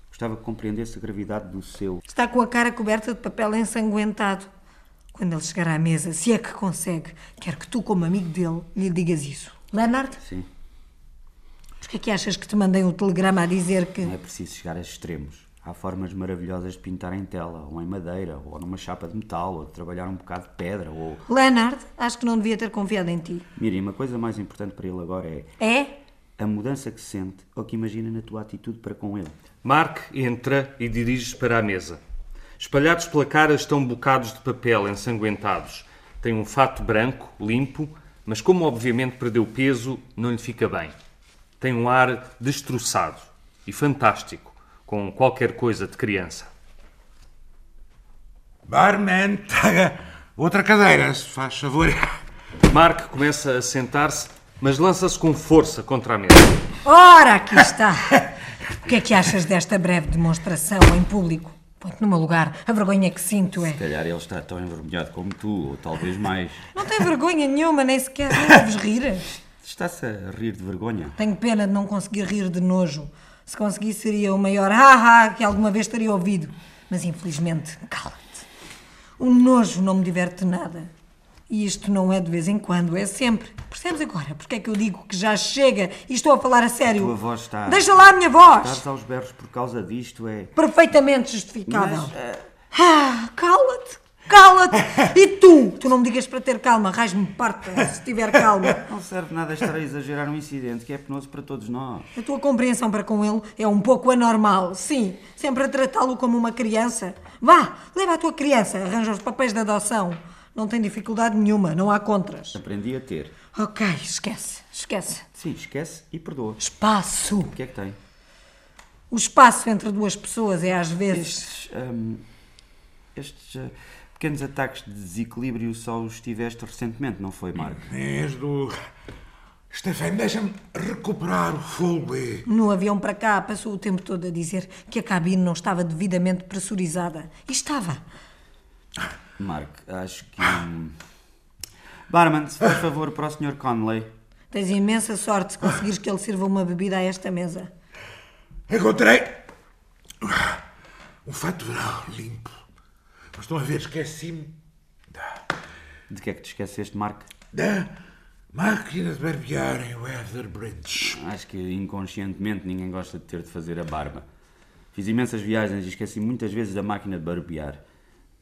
S6: Gostava que compreendesse a gravidade do seu.
S4: Está com a cara coberta de papel ensanguentado. Quando ele chegar à mesa, se é que consegue, quero que tu, como amigo dele, lhe digas isso. Leonard,
S6: Sim.
S4: porquê é que achas que te mandei um telegrama a dizer que.
S6: Não é preciso chegar a extremos. Há formas maravilhosas de pintar em tela, ou em madeira, ou numa chapa de metal, ou de trabalhar um bocado de pedra, ou.
S4: Leonard, acho que não devia ter confiado em ti.
S6: Miriam, a coisa mais importante para ele agora é
S4: É?
S6: a mudança que sente ou que imagina na tua atitude para com ele.
S3: Mark entra e dirige-se para a mesa. Espalhados pela cara estão bocados de papel ensanguentados. Tem um fato branco, limpo, mas como obviamente perdeu peso, não lhe fica bem. Tem um ar destroçado e fantástico, com qualquer coisa de criança.
S2: Barman, traga outra cadeira, se faz favor.
S3: Mark começa a sentar-se, mas lança-se com força contra a mesa.
S4: Ora, aqui está! O que é que achas desta breve demonstração em público? Põe-te no meu lugar. A vergonha que sinto é.
S6: Se calhar ele está tão envergonhado como tu, ou talvez mais.
S4: Não tem vergonha nenhuma, nem sequer nem vos rir.
S6: Está-se a rir de vergonha.
S4: Tenho pena de não conseguir rir de nojo. Se conseguisse, seria o maior ha-ha que alguma vez teria ouvido. Mas infelizmente, cala-te. O nojo não me diverte nada. E isto não é de vez em quando, é sempre. Percebes agora porque é que eu digo que já chega e estou a falar a sério?
S6: A tua voz está-
S4: Deixa lá a minha voz!
S6: Estás aos berros por causa disto é. eh,
S4: Perfeitamente justificável. Ah, cala-te! Cala-te! E tu? Tu não me digas para ter calma, raiz-me parta se tiver calma.
S6: Não serve nada estar a exagerar um incidente que é penoso para todos nós.
S4: A tua compreensão para com ele é um pouco anormal, sim. Sempre a tratá-lo como uma criança. Vá, leva a tua criança, arranja os papéis de adoção. Não tem dificuldade nenhuma, não há contras.
S6: Aprendi a ter.
S4: Ok, esquece, esquece.
S6: Sim, esquece e perdoa.
S4: Espaço.
S6: O que é que tem?
S4: O espaço entre duas pessoas é às vezes.
S6: Estes, hum, estes ah, pequenos ataques de desequilíbrio só os tiveste recentemente, não foi, Marco?
S2: Desde do. Stefano, deixa-me recuperar o fogo. eh.
S4: No avião para cá, passou o tempo todo a dizer que a cabine não estava devidamente pressurizada. E estava.
S6: Marco, acho que. hum, Barman, se faz favor para o Sr. Conley.
S4: Tens imensa sorte se conseguires que ele sirva uma bebida a esta mesa.
S2: Encontrei um fato de verão limpo. Mas estão a ver, esqueci-me da,
S6: De que é que te esqueceste, Marco?
S2: da máquina de barbear em Weatherbridge.
S6: Acho que inconscientemente ninguém gosta de ter de fazer a barba. Fiz imensas viagens e esqueci muitas vezes da máquina de barbear.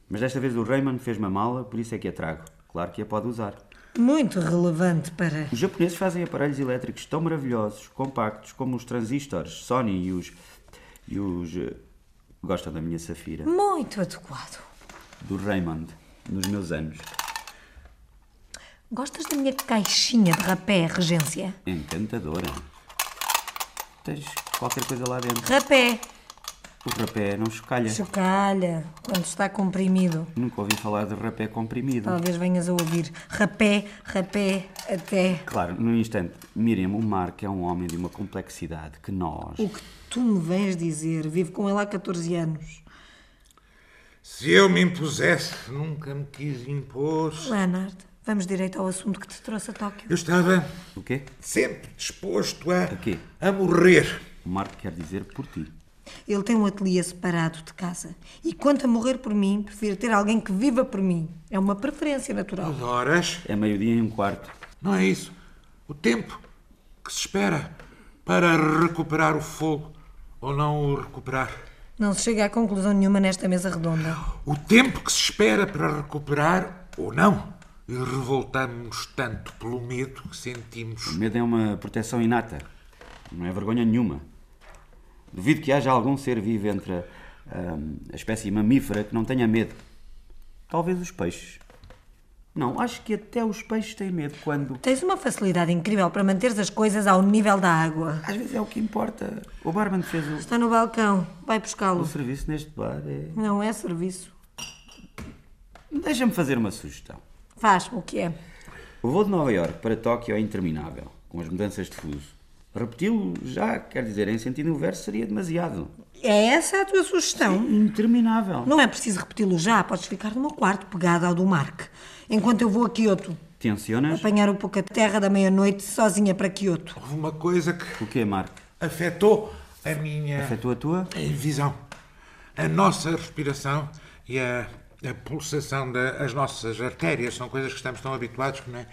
S6: Mas desta vez o Raymond fez-me a mala, por isso é que a trago. Claro que a pode usar.
S4: Muito relevante para.
S6: Os japoneses fazem aparelhos elétricos tão maravilhosos, compactos, como os transistores Sony e os... E os... eh, Gostam da minha safira.
S4: Muito adequado.
S6: Do Raymond, nos meus anos.
S4: Gostas da minha caixinha de rapé, Regência?
S6: Encantadora. Tens qualquer coisa lá dentro.
S4: Rapé.
S6: O rapé não chocalha.
S4: Chocalha, quando está comprimido.
S6: Nunca ouvi falar de rapé comprimido.
S4: Talvez venhas a ouvir rapé, rapé, até.
S6: Claro, num instante, Miriam, o Marco é um homem de uma complexidade que nós.
S4: O que tu me vens dizer? Vivo com ele há 14 anos.
S2: Se eu me impusesse, nunca me quis impor.
S4: Leonard, vamos direito ao assunto que te trouxe a
S2: Eu
S4: Tóquio.
S2: estava
S6: O quê?
S2: sempre disposto a,
S6: quê?
S2: a morrer.
S6: O Marco quer dizer por ti.
S4: Ele tem um ateliê separado de casa. E quanto a morrer por mim, prefiro ter alguém que viva por mim. É uma preferência natural.
S2: As horas,
S6: É meio-dia e um quarto.
S2: não é isso. O tempo que se espera para recuperar o fogo ou não o recuperar.
S4: Não se chega a conclusão nenhuma nesta mesa redonda.
S2: O tempo que se espera para recuperar ou não. E revoltamos tanto pelo medo que sentimos.
S6: O medo é uma proteção inata. Não é vergonha nenhuma. Duvido que haja algum ser vivo entre a, a- a espécie mamífera que não tenha medo. Talvez os peixes. Não, acho que até os peixes têm medo quando.
S4: Tens uma facilidade incrível para manteres as coisas ao nível da água.
S6: Às vezes é o que importa. O barman fez o,
S4: Está no balcão, vai buscá-lo.
S6: o serviço neste bar. É...
S4: Não é serviço.
S6: Deixa-me fazer uma sugestão.
S4: Faz o que é.
S6: O voo de Nova Iorque para Tóquio é interminável, com as mudanças de fuso. Repeti-lo já, quer dizer, em sentido inverso seria demasiado.
S4: É essa a tua sugestão?
S6: Interminável.
S4: Não é preciso repeti-lo já, podes ficar no meu quarto pegado ao do Mark. Enquanto eu vou a Quioto,
S6: Tensionas?
S4: apanhar um pouco a terra da meia-noite sozinha para Quioto.
S2: Houve uma coisa que
S6: O quê, Marco?
S2: afetou a minha
S6: Afetou a tua?
S2: visão, a nossa respiração e a, a pulsação das nossas artérias. São coisas que estamos tão habituados que nem,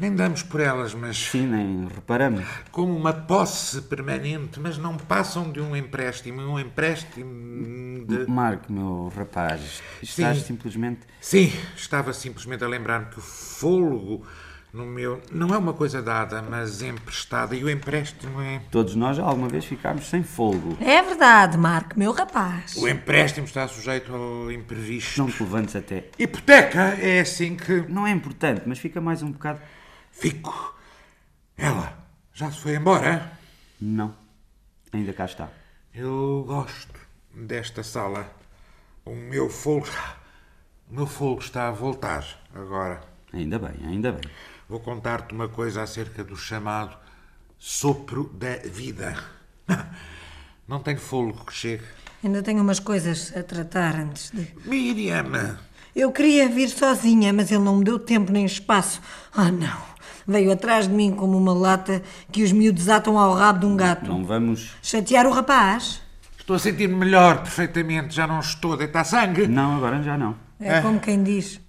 S2: nem damos por elas, mas
S6: Sim, nem reparamos.
S2: como uma posse permanente, mas não passam de um empréstimo. Um empréstimo de.
S6: Marco, meu rapaz, estás
S2: Sim.
S6: simplesmente.
S2: Sim, estava simplesmente a lembrar-me que o fôlego no meu não é uma coisa dada, mas emprestada. E o empréstimo é.
S6: Todos nós já alguma vez ficámos sem fogo.
S4: É verdade, Mark, meu rapaz.
S2: O empréstimo está sujeito ao imprevisto.
S6: Não te levantes até.
S2: Hipoteca é assim que.
S6: Não é importante, mas fica mais um bocado.
S2: Fico. Ela já se foi embora?
S6: Não. Ainda cá está.
S2: Eu gosto desta sala. O meu fogo. O meu fogo está a voltar agora.
S6: Ainda bem, ainda bem.
S2: Vou contar-te uma coisa acerca do chamado sopro da vida. Não tenho fogo que chegue.
S4: Ainda tenho umas coisas a tratar antes de.
S2: Miriam!
S4: Eu queria vir sozinha, mas ele não me deu tempo nem espaço. Ah, não. Veio atrás de mim como uma lata que os miúdos atam ao rabo de um gato.
S6: Não vamos.
S4: Chatear o rapaz?
S2: Estou a sentir-me melhor perfeitamente. Já não estou a deitar sangue.
S6: Não, agora já não.
S4: É como quem diz.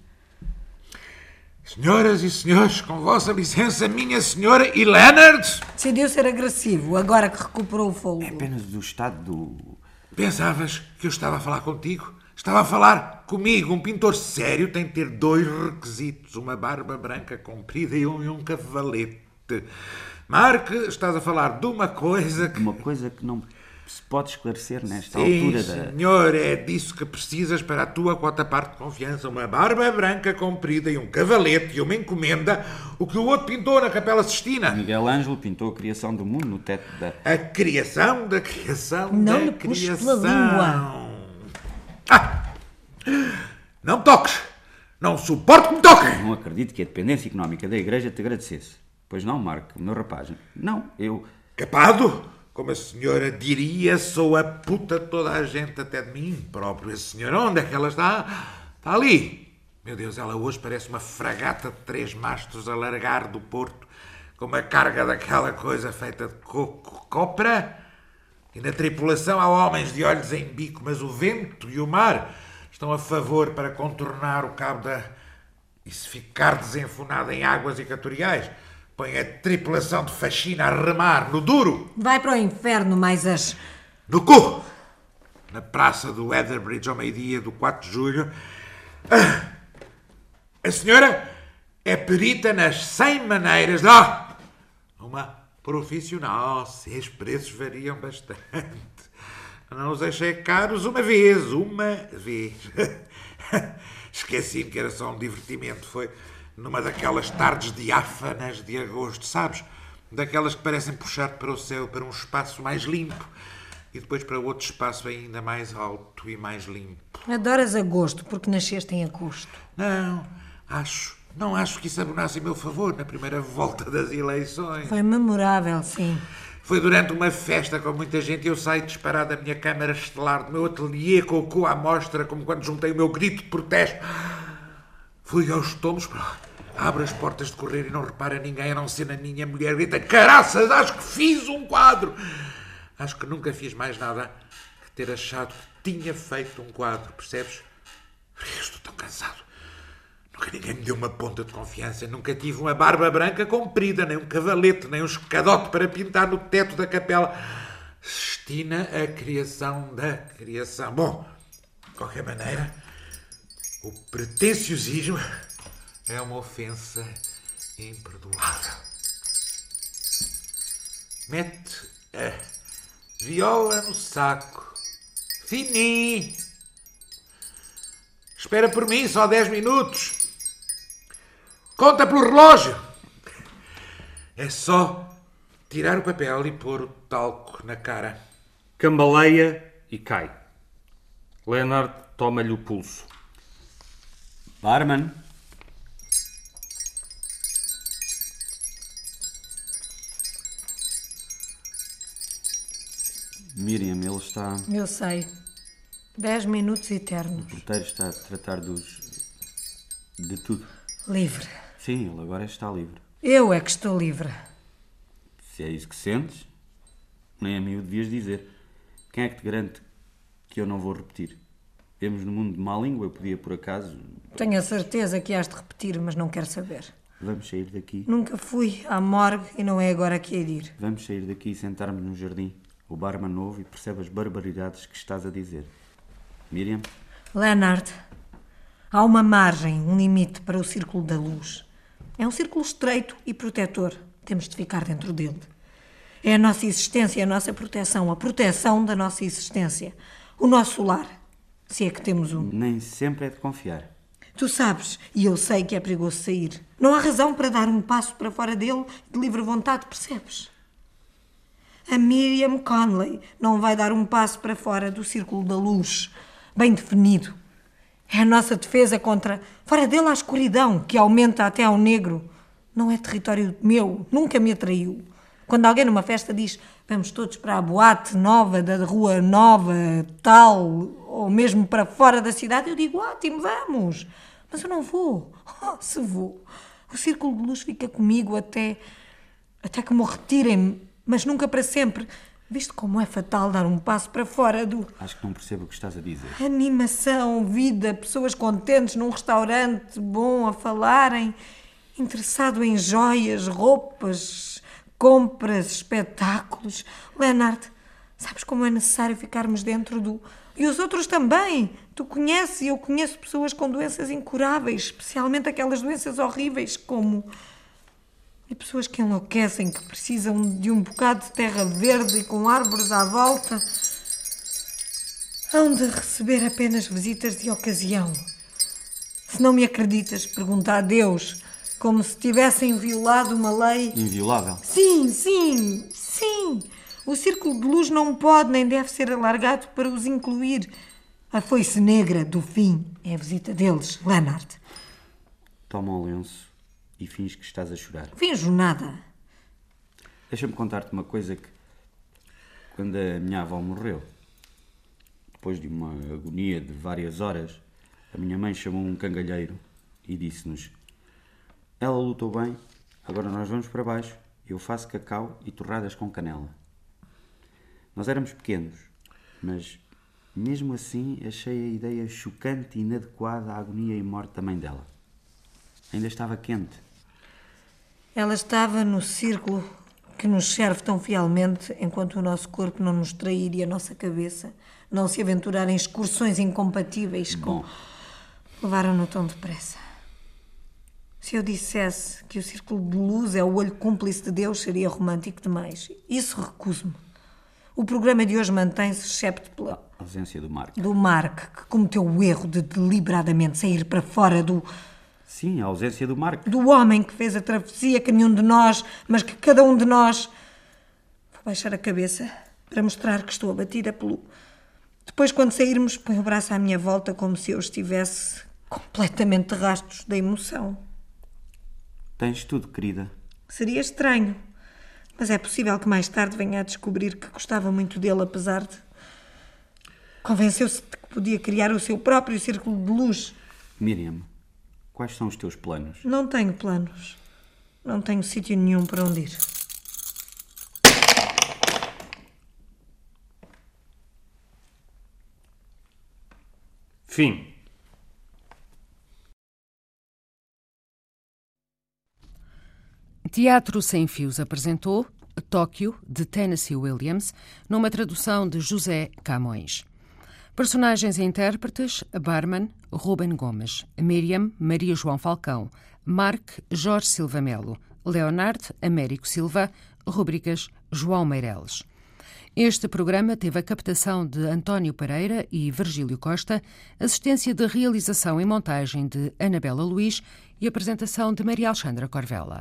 S2: Senhoras e senhores, com vossa licença, minha senhora e Leonard!
S4: Decidiu ser agressivo, agora que recuperou o fôlego.
S6: Apenas do estado do.
S2: Pensavas que eu estava a falar contigo? Estava a falar comigo. Um pintor sério tem de ter dois requisitos: uma barba branca comprida e um, e um cavalete. Marque, estás a falar de uma coisa que.
S6: Uma coisa que não se pode esclarecer nesta
S2: Sim,
S6: altura da.
S2: senhor, é disso que precisas para a tua quota parte de confiança. Uma barba branca comprida e um cavalete e uma encomenda, o que o outro pintou na Capela Sistina.
S6: Miguel Ângelo pintou a criação do mundo no teto da.
S2: A criação da criação
S4: Não
S2: da
S4: lhe puxe pela
S2: criação.
S4: língua.
S2: Ah! Não me toques! Não suporto que me toquem!
S6: Não acredito que a dependência económica da Igreja te agradecesse. Pois não, Marco, meu rapaz. Não, eu.
S2: Capado, como a senhora diria, sou a puta de toda a gente, até de mim próprio. Esse senhor, onde é que ela está? Está ali. Meu Deus, ela hoje parece uma fragata de três mastos a largar do porto, com uma carga daquela coisa feita de coco, copra. E na tripulação há homens de olhos em bico, mas o vento e o mar estão a favor para contornar o cabo da. E se ficar desenfunado em águas equatoriais, põe a tripulação de faxina a remar no duro,
S4: Vai para o inferno, mais as.
S2: no cu! Na praça do Etherbridge, ao meio-dia do 4 de julho. Ah! A senhora é perita nas 100 maneiras de. Ah! Uma profissional. Seus preços variam bastante. Não os achei caros uma vez, uma vez. Esqueci-me que era só um divertimento. Foi numa daquelas tardes diáfanas de agosto, sabes? Daquelas que parecem puxar para o céu, para um espaço mais limpo. E depois para outro espaço ainda mais alto e mais limpo.
S4: Adoras agosto porque nasceste em agosto.
S2: Não, acho, não acho que isso abonasse em meu favor na primeira volta das eleições.
S4: Foi memorável, sim.
S2: Foi durante uma festa com muita gente eu saio disparado da minha câmara estelar, do meu ateliê com o cu à mostra, como quando juntei o meu grito de protesto. Fui aos tomos, pá, abro as portas de correr e não repara ninguém, a não ser na minha mulher. Grita, caraças, acho que fiz um quadro. Acho que nunca fiz mais nada que ter achado que tinha feito um quadro, percebes? Eu Estou tão cansado. Nunca ninguém me deu uma ponta de confiança. Nunca tive uma barba branca comprida, nem um cavalete, nem um escadote para pintar no teto da capela. Estina a criação da criação. Bom, de qualquer maneira, o pretenciosismo é uma ofensa imperdoável. Mete a viola no saco. Fini! Espera por mim só 10 minutos. Conta pelo relógio. É só tirar o papel e pôr o talco na cara.
S3: Cambaleia e cai. Leonard toma-lhe o pulso.
S6: Barman, Miriam, ele está.
S4: Eu sei. Dez minutos eternos.
S6: O porteiro está a tratar dos. de tudo.
S4: Livre.
S6: Sim, ele agora está livre.
S4: Eu é que estou livre.
S6: Se é isso que sentes, nem a mim o devias dizer. Quem é que te garante que eu não vou repetir? Vemos no mundo de má língua, eu podia por acaso.
S4: Tenho a certeza que hás de repetir, mas não quero saber.
S6: Vamos sair daqui.
S4: Nunca fui à morgue e não é agora que hei de ir.
S6: Vamos sair daqui e sentar-me no jardim. O barman ouve e percebe as barbaridades que estás a dizer. Miriam,
S4: Leonard, há uma margem, um limite para o círculo da luz. É um círculo estreito e protetor. Temos de ficar dentro dele. É a nossa existência, a nossa proteção, a proteção da nossa existência. O nosso lar, se é que temos um.
S6: nem sempre é de confiar.
S4: Tu sabes, e eu sei que é perigoso sair. Não há razão para dar um passo para fora dele de livre vontade, percebes? A Miriam Conley não vai dar um passo para fora do círculo da luz, bem definido. É a nossa defesa contra fora dele a escuridão, que aumenta até ao negro. Não é território meu, nunca me atraiu. Quando alguém numa festa diz vamos todos para a boate nova, da rua nova, tal, ou mesmo para fora da cidade, eu digo ótimo, vamos. Mas eu não vou. Oh, se vou. O círculo de luz fica comigo até até que me retirem, mas nunca para sempre. Visto como é fatal dar um passo para fora do
S6: Acho que não percebo o que estás a dizer.
S4: animação, vida, pessoas contentes num restaurante bom a falarem, interessado em joias, roupas, compras, espetáculos. Leonard, sabes como é necessário ficarmos dentro do E os outros também. Tu conheces e eu conheço pessoas com doenças incuráveis, especialmente aquelas doenças horríveis como. E pessoas que enlouquecem, que precisam de um bocado de terra verde e com árvores à volta. Hão de receber apenas visitas de ocasião. Se não me acreditas, pergunta a Deus, como se tivessem violado uma lei.
S6: Inviolável.
S4: Sim, sim, sim. O círculo de luz não pode nem deve ser alargado para os incluir. A foice negra do fim é a visita deles, Leonard.
S6: Toma o lenço e finge que estás a chorar.
S4: Finjo nada.
S6: Deixa-me contar-te uma coisa que quando a minha avó morreu, depois de uma agonia de várias horas, a minha mãe chamou um cangalheiro e disse-nos: Ela lutou bem, agora nós vamos para baixo. Eu faço cacau e torradas com canela. Nós éramos pequenos, mas mesmo assim achei a ideia chocante e inadequada à agonia e morte da mãe dela. Ainda estava quente.
S4: Ela estava no círculo que nos serve tão fielmente enquanto o nosso corpo não nos trair e a nossa cabeça não se aventurar em excursões incompatíveis com.
S6: Bom.
S4: Levaram-no tão depressa. Se eu dissesse que o círculo de luz é o olho cúmplice de Deus, seria romântico demais. Isso recuso-me. O programa de hoje mantém-se, excepto pela
S6: Ausência do Marco.
S4: do Mark, que cometeu o erro de deliberadamente sair para fora do,
S6: Sim, a ausência do Marco.
S4: do homem que fez a travessia que nenhum de nós, mas que cada um de nós. Vou baixar a cabeça para mostrar que estou abatida pelo. Depois, quando sairmos, põe o braço à minha volta como se eu estivesse completamente de rastros da emoção.
S6: Tens tudo, querida.
S4: Seria estranho, mas é possível que mais tarde venha a descobrir que gostava muito dele, apesar de. Convenceu-se de que podia criar o seu próprio círculo de luz.
S6: Miriam, quais são os teus planos?
S4: Não tenho planos. Não tenho sítio nenhum para onde ir.
S3: Fim.
S1: Teatro Sem Fios apresentou Tóquio, de Tennessee Williams, numa tradução de José Camões. Personagens e intérpretes: Barman, Ruben Gomes, Miriam, Maria João Falcão, Mark, Jorge Silva Melo, Leonardo, Américo Silva, rubricas João Meireles. Este programa teve a captação de António Pereira e Virgílio Costa, assistência de realização e montagem de Anabela Luiz e apresentação de Maria Alexandra Corvella.